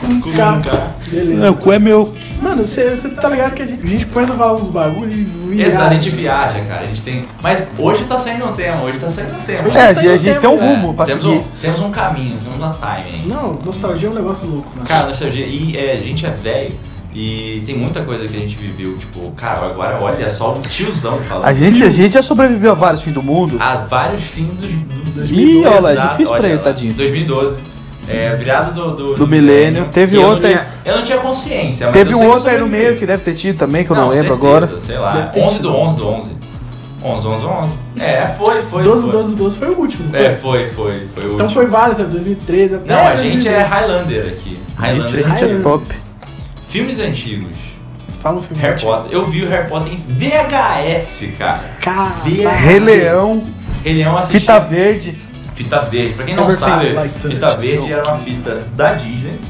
A: Comunicar.
C: Beleza.
B: Não, cu é meu.
C: Mano, você tá ligado que a gente, a gente começa a falar uns bagulho e viaja.
A: Exato, a gente viaja, cara. A gente tem. Mas hoje tá saindo um tema, hoje tá saindo um tema.
C: Hoje
B: É,
C: tá
B: a
C: saindo
B: gente, a gente
C: tempo,
B: tem um
A: É,
B: rumo pra
A: temos,
B: seguir.
A: um, temos um caminho, temos uma timing.
C: Não, nostalgia é um negócio louco, mano.
A: Cara, nostalgia. E é, a gente é velho e tem muita coisa que a gente viveu. Tipo, cara, agora olha só o tiozão falando.
B: A gente, a gente já sobreviveu a vários fins do mundo.
A: Há vários fins dos. Do, 2012,
B: Ih, olha lá, é
A: exato,
B: difícil pra
A: olha
B: ele,
A: lá.
B: tadinho.
A: 2012. É, virada do. Do,
B: Do milênio. Teve
A: E eu não
B: outra aí.
A: tinha- Eu não tinha consciência. mas
B: Teve
A: eu
B: um
A: sei que eu
B: outro aí no
A: sobrevivi.
B: meio que deve ter tido também, que eu não, lembro
A: certeza,
B: agora.
A: Sei lá.
C: Deve ter
A: 11
C: tido.
A: do 11 do 11. 11, 11, 11. É, foi, foi.
C: 12,
A: foi.
C: 12, 12 foi o último. foi?
A: É, foi, foi. Foi o
C: Então
A: último.
C: foi vários, né? 2013 até.
A: Não, a
C: 2012.
A: gente é Highlander aqui.
B: A gente,
A: Highlander.
B: a gente é
C: Highlander.
B: top.
A: Filmes antigos.
C: Fala um filme.
A: é Harry
C: ótimo.
A: Potter. Eu vi o Harry Potter em VHS, cara.
C: Caralho.
A: VHS.
B: Rei Leão.
A: Rei Leão assisti.
B: Fita verde.
A: Fita verde. Pra quem não
C: Everything
A: sabe,
C: like that
A: fita
C: is
A: verde era uma fita da Disney,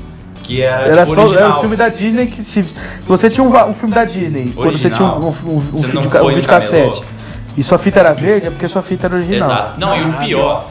A: que era,
B: Era
A: tipo,
B: só
A: original.
B: era o filme da Disney que se você tinha um, va- um filme da Disney, quando você
A: Original.
B: tinha um, um, um, um
A: Você
B: filme
A: não
B: de, ca- um
A: foi no
B: videocassete
A: camelô.
B: e sua fita era verde, é porque sua fita era original.
A: Exato. Não, e o
C: Caralho.
A: pior,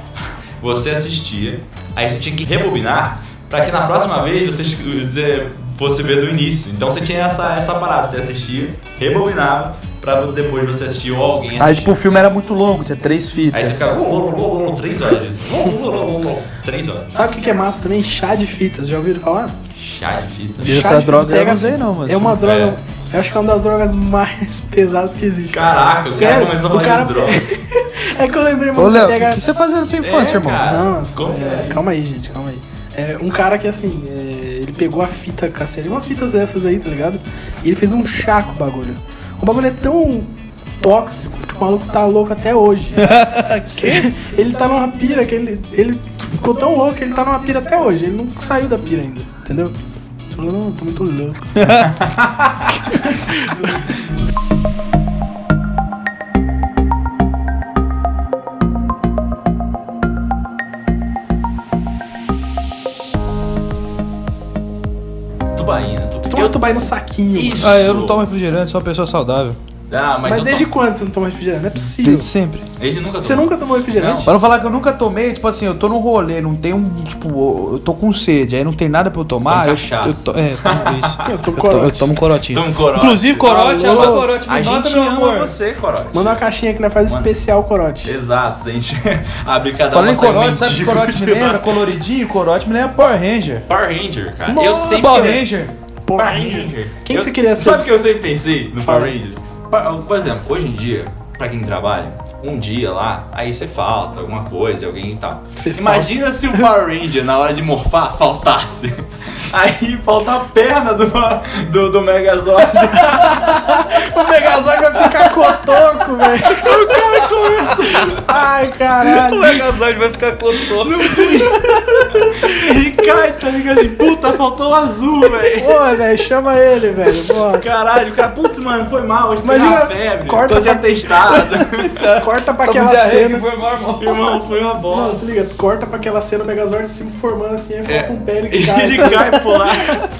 A: você assistia, aí você tinha que rebobinar pra que na próxima vez você, você fosse ver do início. Então você tinha essa, essa parada, você assistia, rebobinava, pra depois você assistir ou alguém
B: Aí
A: assistir.
B: tipo o filme era muito longo, tinha três
A: Aí
B: fitas.
A: você ficava "Lô, lô, lô, lô", três horas disso. Lô, lô, lô, lô, lô, Três horas.
C: Sabe o que que é massa também? Chá de fitas, já ouviram falar?
A: Chá de fita.
B: E
C: Chá
B: essa
C: de
B: droga eu
C: pega-
B: não sei não, mas
C: É uma droga. Eu acho que é uma das drogas mais <laughs> pesadas que existe.
A: Caraca, o cara
C: Sério?
A: começou a
C: O
A: falar
C: cara-
A: de droga.
C: <laughs> É que eu lembrei,
B: Ô
C: mano.
B: Léo,
C: Você
B: o que,
C: pega.
B: que você fazia na sua infância,
A: É,
B: irmão?
A: cara.
C: Nossa,
A: Como
C: é,
A: é?
C: calma aí, gente, calma aí. É, um cara que assim, é, ele pegou a fita cacete, umas fitas dessas aí, tá ligado? E ele fez um chá com o bagulho. O bagulho é tão tóxico que o maluco tá louco até hoje. Que? ele tá numa pira que ele, ele ficou tão louco que ele tá numa pira até hoje. Ele não saiu da pira ainda, entendeu? Tô, não, tô muito louco.
A: Tubaína, tu-
C: Toma eu tô no saquinho. mano.
A: Isso.
B: Ah, eu não tomo refrigerante, sou uma pessoa saudável.
A: Ah, mas,
C: Mas,
A: eu
C: desde
A: tomo-
C: quando você não toma refrigerante? Não é possível.
B: Desde sempre.
A: Ele nunca
C: Você
A: tomou.
C: nunca tomou refrigerante?
B: Pra não falar que eu nunca tomei, tipo assim, eu tô num rolê, não tem um, tipo, eu tô com sede, aí não tem nada pra eu tomar.
A: Toma
B: eu,
A: cachaça.
B: eu to- é,
A: <laughs>
B: tomo isso.
C: Eu tô
B: Eu to-
C: corote.
B: Eu tomo corotinho.
A: Toma um corote.
B: Inclusive, corote,
C: Alô?
B: alô, corote, me
A: A
B: nota,
A: gente
B: meu
A: ama
B: amor.
A: você, Corote.
C: Manda uma caixinha que nós faz
A: Manda.
C: especial corote.
A: Exato, <laughs> a gente abre cada
B: Falando
A: uma
B: em
A: sai
B: corote, sabe que
A: mendigo
B: corote me
A: de lá.
B: lembra? Coloridinho, corote me lembra Power Ranger.
A: Power Ranger, cara.
C: Nossa,
A: eu sempre
B: Power Ranger. <laughs>
C: Porra.
A: Power Ranger.
C: Quem
A: Eu-
C: que você queria ser?
A: Sabe o que eu sempre pensei no Power Ranger? Pa- Por exemplo, hoje em dia, pra quem trabalha, um dia lá, aí você falta alguma coisa, alguém e tal.
C: Você
A: Imagina se o Power Ranger, na hora de morfar, faltasse. <laughs> Aí falta a perna do, do, do Megazord. <laughs>
C: O Megazord vai ficar cotoco, velho.
A: o cara começa.
C: Ai, caralho.
A: Megazord vai ficar contando. Não tem. Ele cai, tá ligado? E, Puta, faltou o azul, velho.
C: Pô, velho, chama ele, velho. Nossa.
A: Caralho, o cara, putz, mano, foi mal, hoje
C: Imagina,
A: Imagina, febre,
C: corta
A: tô de
C: pra-
A: atestado.
C: Corta pra
B: Tava
C: aquela
B: diarreia
C: cena.
B: que <laughs> foi mal, irmão.
A: Irmão, foi uma
C: Não,
A: bosta.
C: se liga, corta pra aquela cena, o Megazord se formando assim, aí
A: É.
C: falta um pé ele
A: <laughs> E
C: cai.
A: ele cai por
C: <laughs>
A: lá.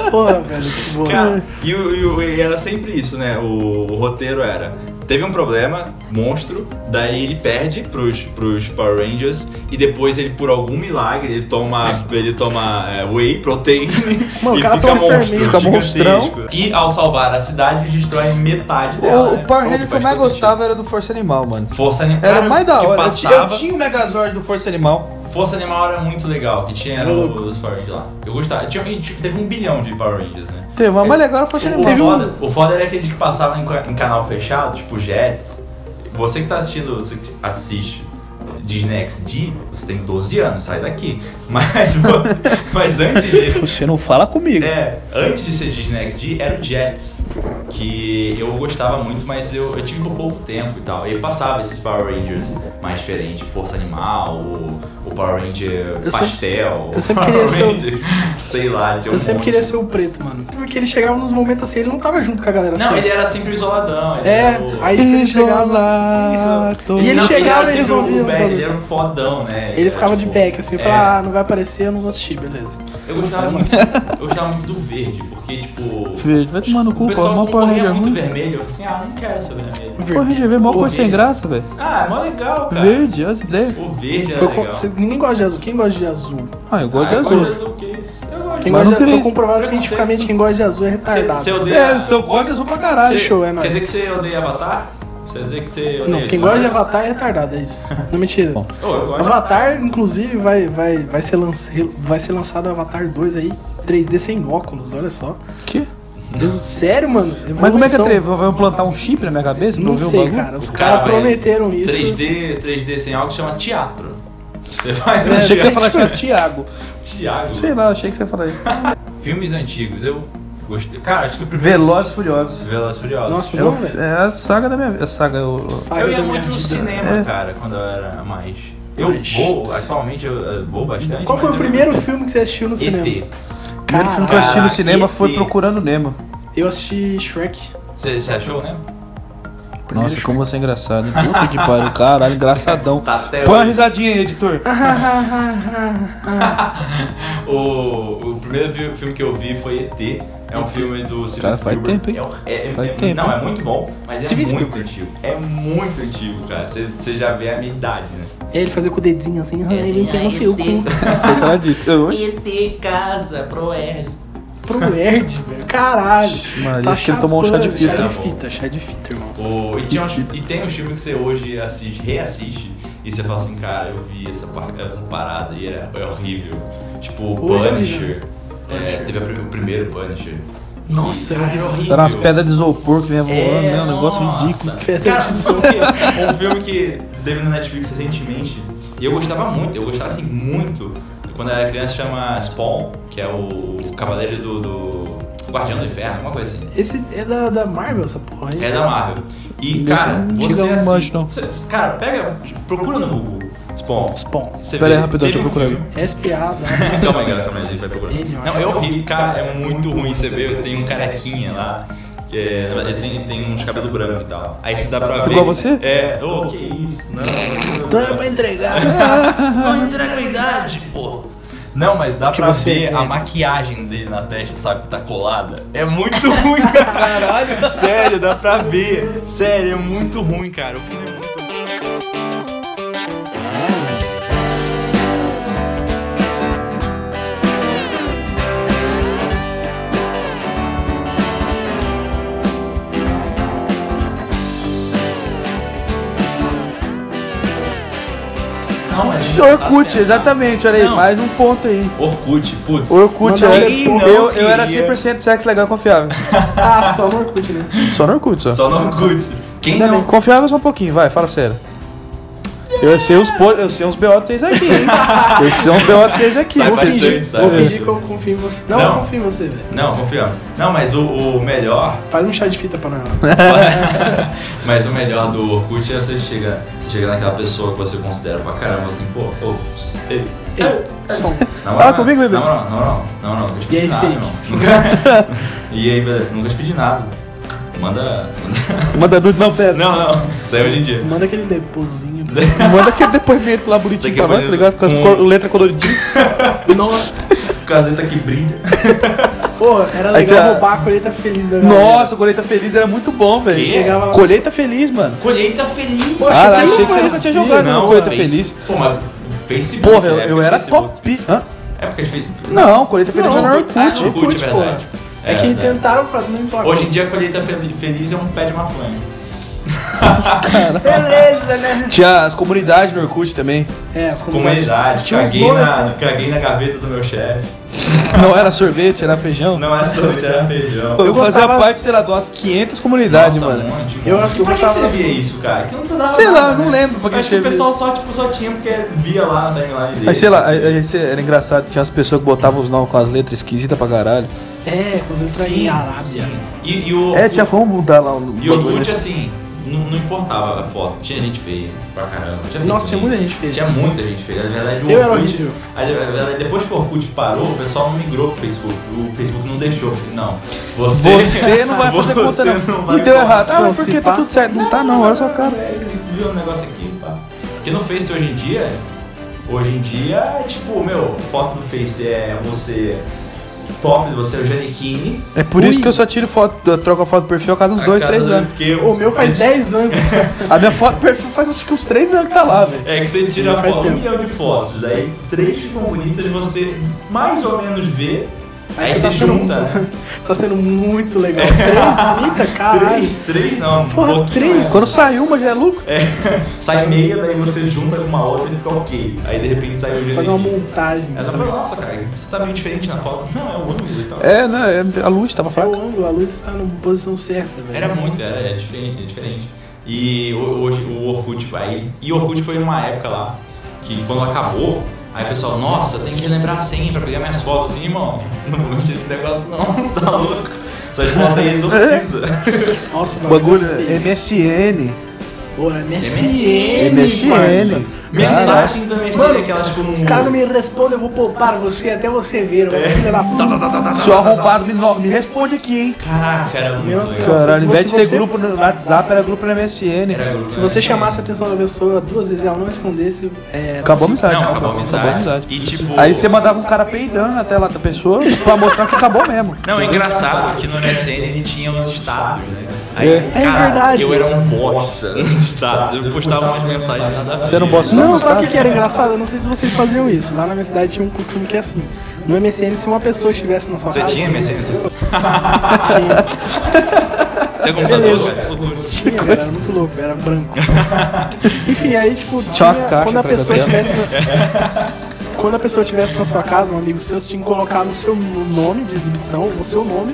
C: Porra, velho, que bosta.
A: Cara, e, o- e o- e era sempre isso, né? O, o roteiro era. Teve um problema, monstro, daí ele perde pros, pros Power Rangers e depois ele, por algum milagre, ele toma, ele toma é, whey protein <laughs>
C: Mano, o
A: e
C: cara
A: fica
C: toma um
A: monstro,
C: fermento.
B: Fica monstrão.
A: gigantesco. E ao salvar a cidade, ele destrói metade dela.
B: O,
A: né?
B: o Power
A: Então,
B: Ranger que eu
A: faz
B: mais
A: todo sentido.
B: gostava era do Força Animal, mano.
A: Força Animal.
B: Era
A: cara,
B: o mais da
A: que
B: hora. Eu tinha-
A: Passava,
B: Eu tinha o Megazord do Força Animal.
A: Força Animal era muito legal, que tinha
C: Era louco.
A: os Power Rangers lá. Eu gostava. Tinha, e tinha- teve um bilhão de Power Rangers, né?
B: Teve, mas o mais legal era o Força
A: O,
B: Animal.
A: o, foda, o foda era aqueles que passavam em, ca- em canal fechado, tipo Jets. Você que tá assistindo, você que assiste eh, Disney XD, você tem 12 anos, sai daqui. <laughs> Mas, vo- mas antes de.
B: Você não fala comigo.
A: É, antes de ser Disney XD, era o Jets. Que eu gostava muito, mas eu, eu tive por pouco tempo e tal. E passava esses Power Rangers mais diferentes, Força Animal, o, o Power Ranger
C: Eu sempre-
A: Pastel,
C: eu sempre
A: o
C: queria
A: Power
C: ser o-
A: Ranger, <laughs> sei lá, tinha um
C: Eu sempre
A: monte.
C: queria ser o preto, mano. Porque ele chegava nos momentos assim, ele não tava junto com a galera
A: Não,
C: assim.
A: ele era sempre isoladão. ele
C: É,
A: era o-
C: aí ele chegava.
B: Isolado.
C: E ele
A: não,
C: chegava
A: era
C: e
A: sempre
C: resolvia
A: o
C: os
A: bad,
C: bagulho.
A: Ele era um fodão, né?
C: Ele ficava de
A: back
C: back assim, falava, ah, não vai aparecer, eu não vou assistir, beleza.
A: Eu gostava, muito, <laughs> eu gostava muito do verde, porque, tipo...
B: Verde, vai tomar no
A: O
B: cu, pô.
A: pessoal
B: Mó Power
A: concorria
B: Ranger
A: muito
B: ruim.
A: vermelho. Eu assim, ah, não quero ser vermelho.
B: Power Ranger verde, mó coisa sem
A: Vermelho.
B: graça, velho.
A: Ah, é mó legal, cara.
B: Verde, olha as ideias.
A: O verde era
C: Foi com-
A: legal.
C: cê- ninguém gosta de azul. Quem gosta de azul?
B: Ah, eu gosto
A: ah,
B: de
A: eu
B: azul.
A: gosto de azul, que isso? Eu gosto de
C: Quem gosta
B: Mas não
C: de azul,
B: queria
C: foi comprovado
A: isso.
C: cientificamente quem gosta de azul é retardado.
A: Você odeia...
B: É, se eu gosto de azul pra caralho.
A: cê-
C: show, é nóis.
A: Quer dizer que você odeia Avatar? Você Quer dizer que você odeia...
C: Não, quem
A: Star
C: gosta de
A: Wars?
C: Avatar é retardado, é isso. Não, mentira.
B: Bom.
A: Oh, eu gosto de
C: Avatar, inclusive, vai, vai, vai, ser lança- vai ser lançado Avatar 2 aí, 3D sem óculos, olha só.
B: Que?
C: Deus, sério, mano?
B: Mas como é que é
C: evolução.
B: trevo? Vão implantar um chip na minha cabeça pra
C: Não
B: eu ver o
C: sei,
B: bagulho?
C: cara. Os
A: O
C: caras
A: vai-
C: prometeram isso.
A: 3D, 3D sem algo chama teatro. Você vai no
B: É, achei que você
A: teatro.
B: ia falar que era Thiago.
A: Tiago.
B: Sei lá, achei que você ia falar isso.
A: Filmes antigos, eu gostei. Cara, acho que eu prefiro
B: Velozes e Furiosos.
A: Velozes e Furiosos.
C: Nossa,
B: É, o-
C: não, velho.
B: é a saga da minha vida. A saga. Eu,
C: Saga
A: eu ia
C: da minha
A: muito no
C: vida.
A: cinema,
B: É.
A: cara, quando eu era mais. Eu
B: Mais.
A: vou, atualmente eu eh, vou bastante.
C: Qual foi
A: mas
C: o
A: eu-
C: primeiro filme que você assistiu no cinema?
A: ET.
B: o primeiro filme que eu assisti no
A: Caraca,
B: cinema foi
A: ET.
B: Procurando Nemo.
C: Eu
A: <laughs>
C: assisti Shrek.
A: Você você achou, né?
C: Primeiro
B: Nossa, como você é engraçado. hein? Puta que pariu, caralho, engraçadão.
A: Tá até
B: Põe uma
A: hoje.
B: risadinha aí, editor.
A: O, o primeiro vi- filme que eu vi foi ET. É um filme do Steven
B: Cara, faz
A: Spielberg.
B: tempo, hein?
A: É um- É, é-
B: Faz
A: é-
B: tempo,
A: Não,
B: hein?
A: é muito bom, mas
C: Steven
A: é muito
C: Spielberg.
A: antigo. É muito antigo, cara. Você você já vê a minha idade, né?
C: É, ele fazia com o dedinho assim, ele enfia no seu cu.
B: Foi o que ela disse. Eu, hein?
A: ET casa pro Ed.
C: <laughs> Pro nerd, velho. Caralho. Tá
B: Ixi, Maria, acho que ele tomou um chá de
C: chapando, Chá de
B: fita.
A: Tá bom.
C: fita, chá de fita, irmãos.
A: e, tinha uns- e tem um filme que você hoje assiste, reassiste, e você fala assim, cara, eu vi essa, par- essa parada e era, é horrível. Tipo, o
C: Hoje é
A: Punisher. É,
C: Punisher.
A: teve a pri- o primeiro Punisher.
C: Nossa,
A: E, cara,
C: era
A: era horrível.
B: Era umas Tá pedras de isopor que vinha voando, né? Um negócio
A: É, nossa. <laughs>
B: ridículo.
A: Cara, foi o quê? um filme que teve na Netflix recentemente. E eu gostava muito, eu gostava assim muito. Quando eu era criança chama Spawn, que é o cavaleiro do. do o Guardião do Inferno, uma coisa assim.
C: Esse é da, da Marvel, essa porra aí.
A: É da Marvel. E,
B: Deixa-
A: cara,
B: não
A: você.
B: tira um
A: assim-
B: manjo, não.
A: você- cara, pega. Procura no Google. Spawn.
C: Spawn.
A: Você
B: Pera aí,
A: vê,
B: rapidão,
A: teve
B: deixa eu
A: um
B: procurar
A: filme-
C: SPA
A: <laughs>
C: da
A: Calma aí, galera, calma aí, a gente vai procurar.
C: Ele, eu
A: Não, é
C: acho que é
A: horrível, cara, é muito ruim. Você vê, tem um carequinha lá. Que é, na verdade, tem, tem uns cabelos brancos e tal. Aí você dá pra ver.
B: Igual você?
A: É, ô, que isso. Então é Não,
C: Não era pra entregar.
A: não entrega a idade, pô. Não, mas dá
C: Que
A: pra
C: você
A: ver
C: quer.
A: a maquiagem dele na testa, sabe? Que tá colada. É muito <laughs> ruim, caralho. Sério, dá pra ver. Sério, é muito ruim, cara. O filme é muito ruim. Não, mas é engraçado
B: Orkut,
A: pensar.
B: exatamente, olha aí,
A: Não.
B: mais um ponto aí.
A: Orkut, putz.
B: Orkut,
C: Mano,
B: é-
A: quem
B: eu,
A: não
B: eu, era
A: queria?
B: 100% sexo legal e confiável.
C: Ah, só no Orkut, né?
B: <laughs> Só no Orkut, só.
A: Só no Orkut. Quem
C: Ainda
A: não.
B: Confiável só um pouquinho, vai, fala sério. Eu sei uns, po- eu sei uns BO de vocês aqui,
A: <laughs>
B: hein? Eu sei uns BO de vocês aqui.
A: Sai
C: Vou
A: bastante,
C: fingir,
A: sai
C: vou
A: bastante.
C: fingir que eu confio em você. Não,
A: Não.
C: eu confio em você, velho.
A: Não, confia. Não, mas o, o melhor.
C: Faz um chá de fita
B: <laughs>
C: pra nós.
B: É.
A: mas o melhor do Orkut é você chega, você chega naquela pessoa que você considera pra caramba, assim, pô, ô. ei, ei,
C: Som.
A: Na
B: Fala comigo, bebê.
A: Não, não, não, não, não, nunca te
C: E aí,
A: pedi nada,
C: fake?
A: irmão. Nunca... <laughs> e aí, beleza, nunca te pedi nada. Manda. manda-
B: Manda nude, não, pera.
A: não, não, isso aí é hoje em dia.
C: Manda aquele depozinho.
B: Manda aquele depoimento lá bonitinho
A: Daqui a
B: pra nós, tá
A: pouco-
B: ligado? Com as
A: com-
B: cor- letra coloridinha.
C: Nossa.
A: O caseta que brilha.
C: Pô, era
B: Aí tinha-
C: legal roubar a colheita feliz da galera.
B: Nossa, o Colheita Feliz era muito bom, velho.
A: Hum. Que?
C: Chegava lá.
B: Colheita Feliz, mano.
A: Colheita feliz.
C: Poxa,
B: Cara,
C: que
B: achei que
C: não
B: você nunca tinha
C: fazia,
B: jogado no Colheita
A: Face-
B: Feliz.
A: Pô, mas Facebook.
B: Porra, eu,
A: é,
B: eu era
A: Facebook.
B: top. Hã?
A: É porque a gente.
B: Não, Colheita Feliz
C: Não,
B: era no
A: Ah,
B: Orkut.
A: no Orkut, é
C: pô.
A: verdade.
C: É que
A: verdade.
C: tentaram fazer, um não emplacou.
A: Hoje em dia a colheita fel- feliz é um pé de maconha. <laughs>
C: Beleza, né?
B: Tinha as comunidades no Orkut também. <laughs>
C: É, as comunidades.
A: Comunidade,
C: Tinha uns
A: caguei
C: nomes
A: na,
C: assim.
A: caguei na gaveta do meu chefe.
B: Não era sorvete, era feijão.
A: Não é sorvete, era feijão.
B: Eu, fazia
C: gostava-
B: parte, sei lá, de umas 500 comunidades,
A: Nossa,
B: mano.
A: um monte, um
C: Eu
A: monte.
C: acho que
A: E pra
C: eu
A: que você
C: gostava
A: via
C: das-
A: isso, cara? Que não tá dava
B: Sei
A: nada,
B: lá,
A: né?
B: não lembro pra que
A: Eu acho que o
B: servia.
A: pessoal só, tipo, só tinha porque via lá na timeline dele.
B: Mas sei lá, aí- aí cê- era engraçado, tinha as pessoas que botavam os nomes com as letras esquisitas pra caralho.
C: É, com os entrainhos
A: né? Sim,
C: em Arábia.
A: sim. E, e o
B: É, tinha como mudar lá o
A: E o Orkut,
B: né?
A: assim, não, não importava a foto. Tinha gente feia pra caramba. Tinha
C: Nossa,
A: feio.
C: tinha muita gente feia.
A: Tinha muita gente feia. Na verdade, o
C: Eu era
A: Orkut.
C: horrível.
A: a- a verdade, depois que o Orkut parou, o pessoal não migrou pro Facebook. O Facebook não deixou. Assim, não. Você,
B: Você
A: <laughs>
B: não vai
A: você
B: fazer conta,
A: não
B: não.
A: vai
B: e deu
A: colar.
B: errado. Ah,
C: Não,
B: mas por
C: se
B: que tá
C: pá.
B: tudo certo? Não, tá, não, olha só o cara.
A: Viu um negócio aqui, pá. Porque no Face hoje em dia. Hoje em dia, tipo, meu, foto do Face é você top, você é o Janequine.
B: É por isso que eu só tiro foto, eu troco a foto do perfil a cada uns
A: A
B: 2,
A: cada
B: 3
A: dois-
B: anos.
A: Porque
C: O meu faz 10 anos.
B: A minha foto do perfil faz acho que uns 3 anos que tá
A: <laughs>
B: lá, velho.
A: É que você tira
C: Faz
A: foto, um
C: tempo.
A: milhão de fotos, daí três ficam bonitas e você mais ou menos vê, aí
C: tá
A: você junta, né?
C: Você <laughs> tá sendo
A: <laughs>
C: muito legal. Três bonitas, caralho.
A: Três, três não, um
C: Porra,
A: pouquinho
C: três?
A: mais.
B: Quando sai uma já é lucro.
A: Sai meia, daí você junta com uma outra e fica ok. Aí de repente sai um o
C: Você
A: jeito
C: faz uma
A: aqui.
C: montagem. tá?
A: Ela fala, nossa, cara, você tá meio diferente na foto. Não, é o ângulo e tal.
B: É, né? é- A luz tava
C: É o
B: fraca.
C: ângulo, a luz está na posição certa, velho.
A: Era muito, era, é diferente, é diferente. E ho- hoje o Orkut, aí, e o Orkut foi uma época lá que quando acabou, aí o pessoal, nossa, tem que relembrar a senha pra pegar minhas fotos. Assim, irmão, não vou mexer nesse negócio não, <laughs> tá louco? Suas fotos aí exorciza.
C: Nossa,
B: O bagulho
C: é
B: MSN.
C: Pô, MSN.
A: MSN,
B: MSN.
A: parça. Mensagem também seria aquela tipo um.
C: Os caras não me respondem, eu vou poupar você até você ver. É. Filha da puta.
B: Seu arrombado me, no- me responde aqui, hein?
A: Caraca, era muito
C: Meu
A: legal.
C: Deus.
B: Cara, ao invés
C: se
B: de ter
C: você-
B: grupo no WhatsApp, era grupo na MSN.
A: Era grupo,
C: Se
A: né?
C: você chamasse a atenção da pessoa duas vezes e ela não respondesse, é.
B: Acabou a amizade.
A: Não, acabou a
B: Acabou a
A: amizade.
B: amizade.
A: E tipo.
B: Aí você mandava um cara peidando na tela da pessoa pra mostrar que acabou mesmo.
A: Não, é engraçado que no MSN ele tinha os status, né?
B: É.
C: É
A: cara,
C: verdade.
A: Eu era um bosta nos status. Eu postava umas mensagens nada a ver.
B: Você não bosta só
C: Não,
B: no
C: sabe o que,
B: status?
C: que era engraçado? Eu não sei se vocês faziam isso. Lá na minha cidade tinha um costume que é assim. No MSN, se uma pessoa estivesse na sua
A: Você
C: casa.
A: tinha MSN? Você
C: Tinha,
A: tinha computador? velho?
C: tinha, cara, era muito louco, era branco. Enfim, aí tipo,
B: Tinha
C: tinha,
B: uma caixa
C: quando a
B: atrás
C: pessoa
B: da tela.
C: estivesse na... Quando a pessoa estivesse na sua casa, um amigo seu, você tinha que colocar no seu nome de exibição, o seu nome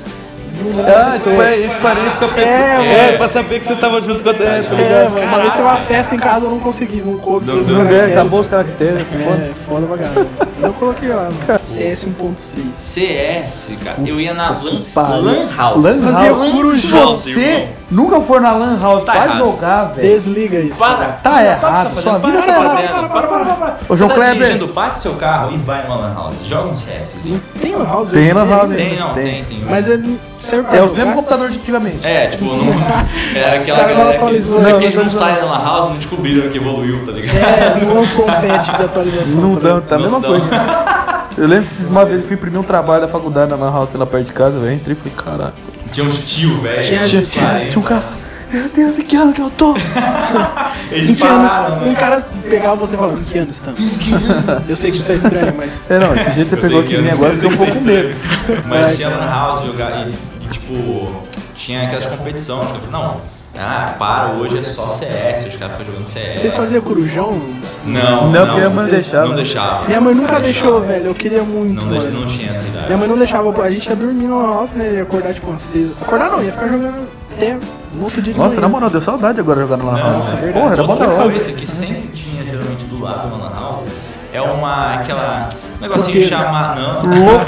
C: e o nome da
B: Ah,
C: pessoa.
B: tipo, é, é parente com a pessoa.
C: É,
B: pra saber que você tava junto com a é, tá
C: É,
B: ligado?
C: mano, uma vez teve uma festa em casa, eu não consegui, não coube todos os
B: Não der,
C: caracteres.
B: acabou é, tá os caracteres. né, foda.
C: É, foda pra caralho. Mas eu coloquei lá, mano. um CS 1.6.
A: CS, cara. Eu ia na LAN,
B: pariu.
A: LAN House.
B: Lan
C: Fazia
B: House.
C: couro
B: Se
A: junto,
B: você
A: irmão.
B: nunca for na Lan House
A: Tá
B: pra
A: errado.
B: jogar, velho.
C: Desliga isso.
A: Para,
B: Tá
A: para,
B: errado,
A: para o que você
B: sua
A: tá fazendo,
B: vida
A: para,
B: tá
A: para,
B: errada.
A: para, para, para, para, para.
B: Ô, João
A: você tá
B: Kleber.
A: dirigindo, bate seu carro e vai numa lan house. Joga um CS. assim.
C: Tem Lan House?
B: Tem
C: hoje em
B: Lan
C: dia,
B: House.
C: né?
A: Tem, não, tem, tem.
C: Mas ele serve pra
B: É os
C: jogar?
B: mesmos computadores de antigamente.
A: É, tipo,
B: <laughs>
A: não... É aquela
C: caras não
A: galera que...
C: atualizou,
A: é
B: não,
A: que eles
B: né? não
A: não
B: atualizou.
A: saem da lan house, não descobriram que evoluiu, tá ligado?
C: É, não lançou um patch de atualização.
B: Não
C: pra
B: dá,
C: ele.
B: tá a mesma
A: Não dá.
B: coisa. Eu lembro que uma vez eu fui imprimir um trabalho da faculdade na Lan House lá perto de casa, velho. Entrei e falei, caraca.
A: Tinha uns tio, velho.
C: Tinha-
B: Tinha,
A: uns
B: tinha,
A: 40.
B: tinha um cara. Meu Deus, em que ano que eu tô?
A: Eles
C: Em que anos-
A: pararam,
C: um
A: né?
C: cara pegava você e falava, em que ano estamos? Eu sei que isso é estranho, mas...
B: É, não, esse jeito você
A: Eu
B: pegou
A: sei que
B: aqui em mim
A: eu-
B: agora,
A: eu
B: eu fiquei um
A: sei que
B: pouco com
A: vocês
B: medo.
A: estranham.
B: Vai.
A: Mas tinha Lan House jogar e, e, tipo, tinha aquelas competições. tipo, Não, ah, para, hoje é só CS, os caras ficam jogando CS.
C: Vocês faziam corujão?
A: Não, não,
B: Não, porque minha mãe
A: vocês-
B: deixava.
A: Não deixava.
C: Minha mãe nunca deixou, velho. Eu queria muito,
A: Não, deixa,
C: mano.
A: não tinha essa idade.
C: Minha mãe não deixava. A gente ia dormir no house, né? Ia acordar, tipo, umas seis... Acordar não, ia ficar jogando até no outro dia de
B: Nossa, na
C: manhã.
B: moral, deu saudade agora jogar na Lan
A: é
B: House. Porra, era bom
A: Outra
B: da hora.
A: coisa que sempre tinha geralmente do lado da Lan House é uma aquela um negocinho
C: Roteiro.
A: chamado não.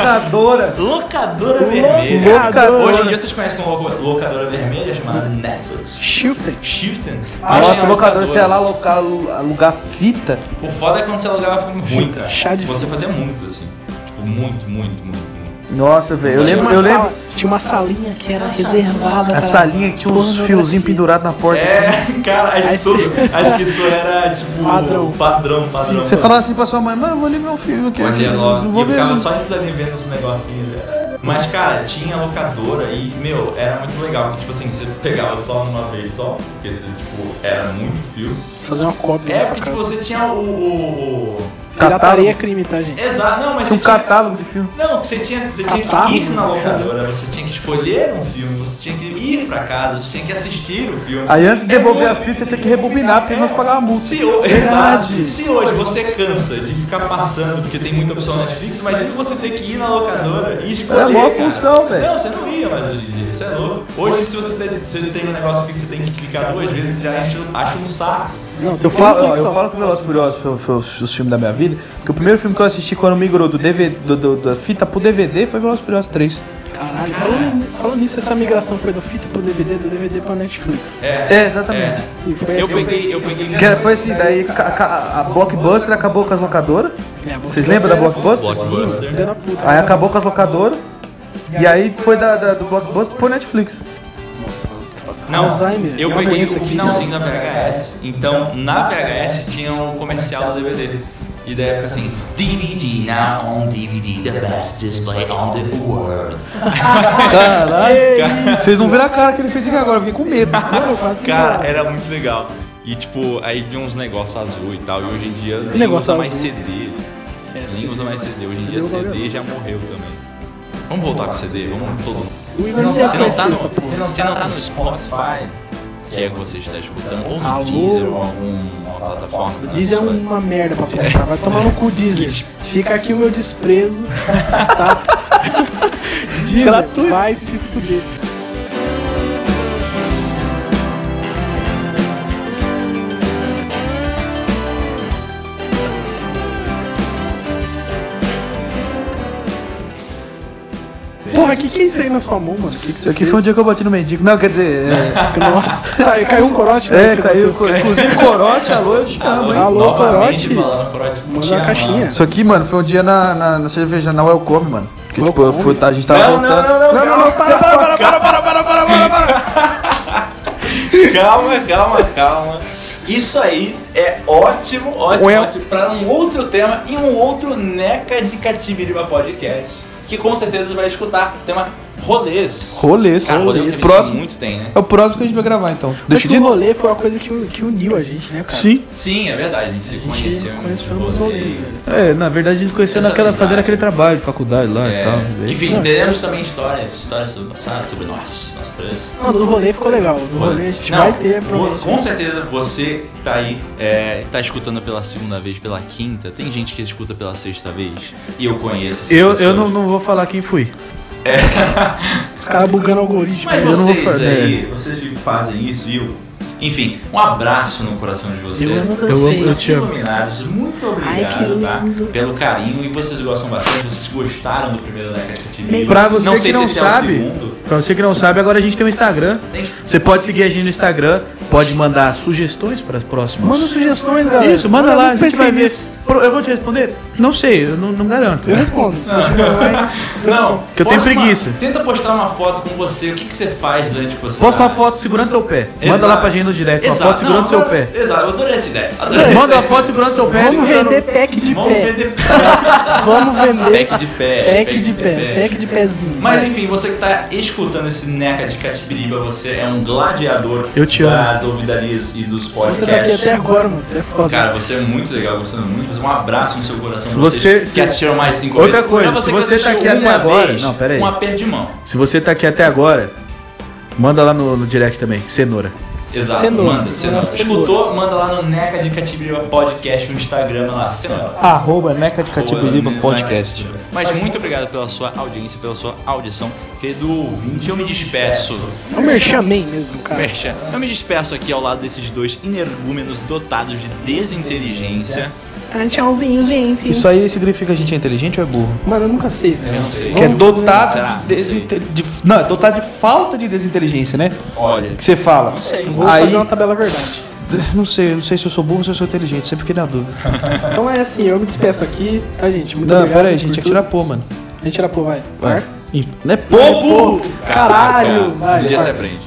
B: Locadora.
A: Locadora vermelha.
B: Locadora.
A: Hoje em dia vocês conhecem como loca- locadora vermelha chamada Netflix.
C: Shifted.
A: Shiften.
B: Nossa, locadora, você ia lá alocar- alugar fita.
A: O foda é quando você alugava muita.
C: Chá de
A: Você fazia muito, assim. Tipo, muito, muito, muito, muito.
B: Nossa, velho, eu
C: tinha
B: lembro,
C: uma
B: eu
C: sala-
B: lembro.
C: Tinha uma salinha que era reservada. pra
B: A salinha que tinha uns
C: pornografia.
B: fiozinhos pendurados na porta. assim.
A: É, <laughs> cara, acho
C: Aí
A: que, tudo, acho que isso era, tipo,
C: Padrão.
A: padrão, padrão.
B: Você falava assim pra sua mãe, mãe, eu vou ali ver um filme aqui.
A: Porque
B: eu Não
A: logo,
B: vou
A: eu
B: ver. né?
A: ficava
B: um não."
A: só antes ali vendo os negocinhos. né? Mas, cara, tinha locadora e, meu, era muito legal. Que, tipo assim, você pegava só uma vez só, porque, você, tipo, era muito filme.
C: Fazer uma cópia
A: É,
C: dessa
A: porque, tipo,
C: casa.
A: você tinha o... o, o...
C: Pirataria é
B: Catálogo.
C: crime, tá, gente?
A: Exato, não, mas você
B: Tinha um
A: tinha...
B: catálogo de filme.
A: Não, você tinha, você tinha
C: Catarro,
A: que ir na
C: cara.
A: locadora, você tinha que escolher um filme, você tinha que ir pra casa, você tinha que assistir o filme.
B: Aí antes de
A: É
B: devolver a
A: muito-
B: fita, você tinha que rebobinar, porque senão você pagava multa.
A: Se, ho-
C: Verdade.
A: Exato. Se hoje você cansa de ficar passando, porque tem muita opção na Netflix, imagina você ter que ir na locadora e escolher.
B: Era É a maior
A: cara.
B: função, velho.
A: Não, você não ia mais hoje em dia, você é louco. Hoje, se você tem, se tem um negócio que você tem que clicar duas vezes, você já acha, acha um saco.
C: Não, teu
B: Eu falo, ó,
C: filme
B: eu falo que Velozes e Furiosos foi, foi os- os filmes da minha vida, porque o primeiro filme que eu assisti quando migrou do DVD, do- do- da fita pro DVD foi Velozes e Furiosos 3.
C: Caralho, falando, falando nisso, essa migração foi do fita pro DVD, do DVD pra Netflix.
B: É, exatamente.
C: E foi
A: Eu
C: assim.
A: peguei, eu peguei.
B: Que era- foi assim, daí ca- ca- a Blockbuster acabou com as locadoras.
C: É,
B: Vocês lembram da Blockbuster?
A: Blockbuster.
C: Filha da puta.
B: Aí acabou com as locadoras. E aí foi da, da- do Blockbuster pro Netflix.
C: Nossa, mano.
A: Não,
C: Alzheimer.
A: eu
C: é uma
A: peguei o
C: doença que-
A: finalzinho da VHS. Então, na VHS tinha um comercial do DVD. E daí fica assim: DVD now on DVD, the best display on the world.
B: Caralho. Vocês não viram a cara que ele fez aqui agora, eu fiquei com medo.
C: Mano, eu quase
A: Cara, era muito legal. E tipo, aí vinha uns negócios azul e tal. E hoje em dia nem
C: Um negócio
A: usa mais
C: azul?
A: CD. nem usa mais CD. Hoje em
C: é
A: dia
C: um
A: CD
C: bagulho.
A: já morreu também. Vamos voltar com CD, vamos todo mundo.
C: O Igor não deve
A: Você não, tá
C: conhecer
A: no,
C: essa porra.
A: você não tá no Spotify, que é o que você está escutando, ou no
C: Alô?
A: Deezer, ou alguma plataforma.
C: O Deezer é uma merda pra postar. Vai tomar no cu, Deezer. Fica aqui o meu desprezo,
B: <laughs>
C: tá? Deezer,
B: Gratuito.
C: vai se fuder. Porra, o que, que é isso aí na sua mão, mano? Que que
B: Isso
C: você
B: aqui
C: fez?
B: foi um dia que eu bati no mendigo. Não, quer dizer. é-
C: Nossa, saiu, caiu um corote. né,
B: <laughs>
C: que
B: É,
C: você
B: caiu.
C: botou.
B: co- Inclusive, corote, alô, eu te amo,
A: Alô,
B: hein?
C: Alô,
A: novamente
C: Corote.
A: falando, Corote.
C: Manda
A: te
C: uma
A: amando.
C: caixinha.
B: Isso aqui, mano, foi um dia na, na, na cerveja, na Welcome, mano. Que tipo, eu fui, tá, a gente tava
A: Não, não,
B: voltando.
A: não, não, calma,
B: para, para, para, para, para, para, para, para, para.
A: <laughs> Calma, calma, calma. Isso aí é ótimo, ótimo,
B: Ué.
A: ótimo para um outro tema e um outro Neca de Catibiriba Podcast, que com certeza você vai escutar o tema rolês.
B: Rolês.
A: Cara, rolê é o que
B: Próximo.
A: muito tem, né?
B: É o próximo que a gente vai gravar, então.
C: Acho que
B: Decidido?
C: o rolê foi uma coisa que, u- que uniu a gente, né, cara?
B: Sim.
A: Sim, é verdade, a gente
C: A
A: se
C: gente
A: conheceu. em
C: conheceu
A: Lisboa,
C: nos rolês,
A: e-
C: velho.
B: É, na verdade a gente conheceu
A: Essa
B: naquela,
A: amizade.
B: fazendo aquele trabalho de faculdade lá
A: É,
B: e tal.
A: Enfim,
C: Nossa.
A: teremos também histórias, histórias sobre o passado, sobre nós, nós três.
C: Mano, do rolê ficou legal. Do rolê a gente
A: Não,
C: vai ter,
A: vou-
C: provavelmente.
A: Com certeza você tá aí, é, tá escutando pela segunda vez, pela quinta. Tem gente que escuta pela sexta vez. E eu conheço essas
B: Eu, eu
A: pessoas.
B: não, não vou falar quem fui.
C: Os caras bugando o algoritmo. né?
A: Mas
B: eu não vou
A: vocês
B: fazer.
A: aí, vocês que fazem isso, viu? Enfim, um abraço no coração de vocês.
C: Eu amo
A: vocês
B: vocês.
A: são
B: Eu te amo.
A: iluminados. Muito obrigado, tá?
C: lindo.
A: Pelo carinho. E vocês gostam bastante, vocês gostaram do primeiro Leca de Ativismo.
B: Pra você
A: não
B: que
A: sei
B: não
A: se esse
B: sabe,
A: é o segundo.
B: pra você que não sabe, agora a gente tem um Instagram.
A: Tem-
B: Você pode seguir a gente no Instagram, pode mandar sugestões para as próximas.
C: Manda sugestões, galera.
B: Isso, manda
C: eu
B: lá, a
C: não
B: gente vai
C: pensei
B: ver.
C: nisso.
B: Pro- Eu vou te responder? Não sei, eu não, não garanto.
C: Eu respondo. Se eu tiver
B: <laughs>
C: lá, eu
A: Não,
B: Que eu tenho
A: posta uma-
B: preguiça.
A: tenta postar uma foto com você. O que, que você faz durante que você.
B: Posta
A: tá-
B: uma foto segurando seu pé. Manda
A: Exato.
B: lá pra gente no direct, uma
A: Exato.
B: foto segurando
A: Não,
B: seu
A: agora-
B: pé.
A: Exato, eu adorei essa ideia. Adorei
B: Manda
A: essa
B: uma foto segurando seu pé.
C: Vamos
B: segurando-
C: vender pack de
A: ideia. Vamos
C: pé.
A: vender
C: Vamos vender
A: pack de pé.
C: pack de pé. Pack de pezinho.
A: Mas enfim, você que tá escutando esse Neca de Catibiriba, você é um gladiador
B: Eu te amo.
A: das ouvidarias e dos
C: Se
A: podcasts.
C: você tá aqui até agora, mano, você é foda.
A: Cara, você é muito legal, gostando muito. Mas um abraço no seu coração.
B: Se
A: pra vocês
B: você-
A: que assistiram mais cinco
B: Outra
A: vezes.
B: coisa,
A: Pra
B: se
A: que
B: você tá
A: assistiu
B: aqui até
A: uma
B: agora-
A: vez,
B: Não, pera aí.
A: Um aperto de mão.
B: Se você tá aqui até agora, manda lá no, no direct também, cenoura.
A: Exato.
C: Cenoura.
A: Manda, cenoura.
C: Nossa, cenoura.
A: Escutou? Manda lá no Neca de Catibiriba Podcast, no Instagram lá, cenoura. né?
B: Arroba né? Neca de
A: Mas muito obrigado pela sua audiência, pela sua audição, querido ouvinte. Eu me despeço.
C: É um merchamém mesmo, cara.
B: É.
A: Merchan, eu me despeço aqui ao lado desses dois energúmenos dotados de desinteligência.
C: Ah, tchauzinho, gente.
B: Isso aí significa que a gente é inteligente ou é burro?
C: Mano, eu nunca sei, velho.
A: Eu não sei.
B: Que é
C: Vamos fazer-
B: dotado
A: Será?
B: de, desinte- de- Não, é dotado de falta de desinteligência, né?
A: Olha,
B: Que você fala. Não
A: sei.
C: Vou
B: aí...
C: fazer uma tabela verdade.
B: Não sei, não sei se eu sou burro ou se eu sou inteligente, sempre fiquei na dúvida.
C: Então é assim, eu me despeço aqui, tá, gente? Muito
B: Não,
C: obrigado.
B: pera aí,
C: por
B: gente, tinha que
C: tudo.
B: tirar pô, mano.
C: A gente tira pô, vai.
B: Vai.
C: Par.
B: Imp- Não é pô, burro!
C: Caralho!
A: um
C: Vai,
A: dia
C: vai.
A: você aprende.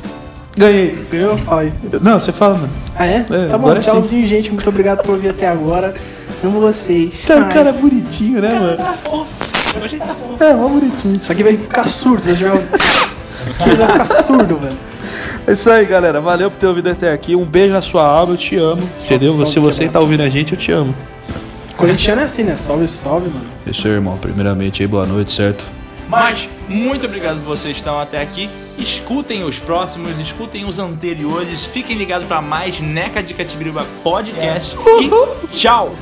B: Ganhei.
C: Ganhou? Fala aí.
B: Não, você fala, mano.
C: Ah, é? tá bom,
B: agora sim.
C: tchauzinho, gente. Muito obrigado por ouvir até agora. Amo vocês.
B: Tá um
C: Ai.
B: cara bonitinho, né, mano?
A: Hoje tá bom.
B: É, mó bonitinho.
C: Isso aqui vai ficar surdo, vocês
B: <laughs>
C: já... Isso aqui vai ficar surdo, velho.
B: É isso aí, galera. Valeu por ter ouvido até aqui. Um beijo na sua alma, eu te amo. Entendeu?
C: salve,
B: Se você
C: quebrado.
B: tá ouvindo a gente, eu te amo.
C: Corintiano é assim, né? Salve, salve, mano.
B: É isso aí, irmão. Primeiramente aí, boa noite, certo?
A: Mas muito obrigado por vocês que estão até aqui. Escutem os próximos, escutem os anteriores. Fiquem ligados para mais Neca de Catibiriba Podcast. E tchau!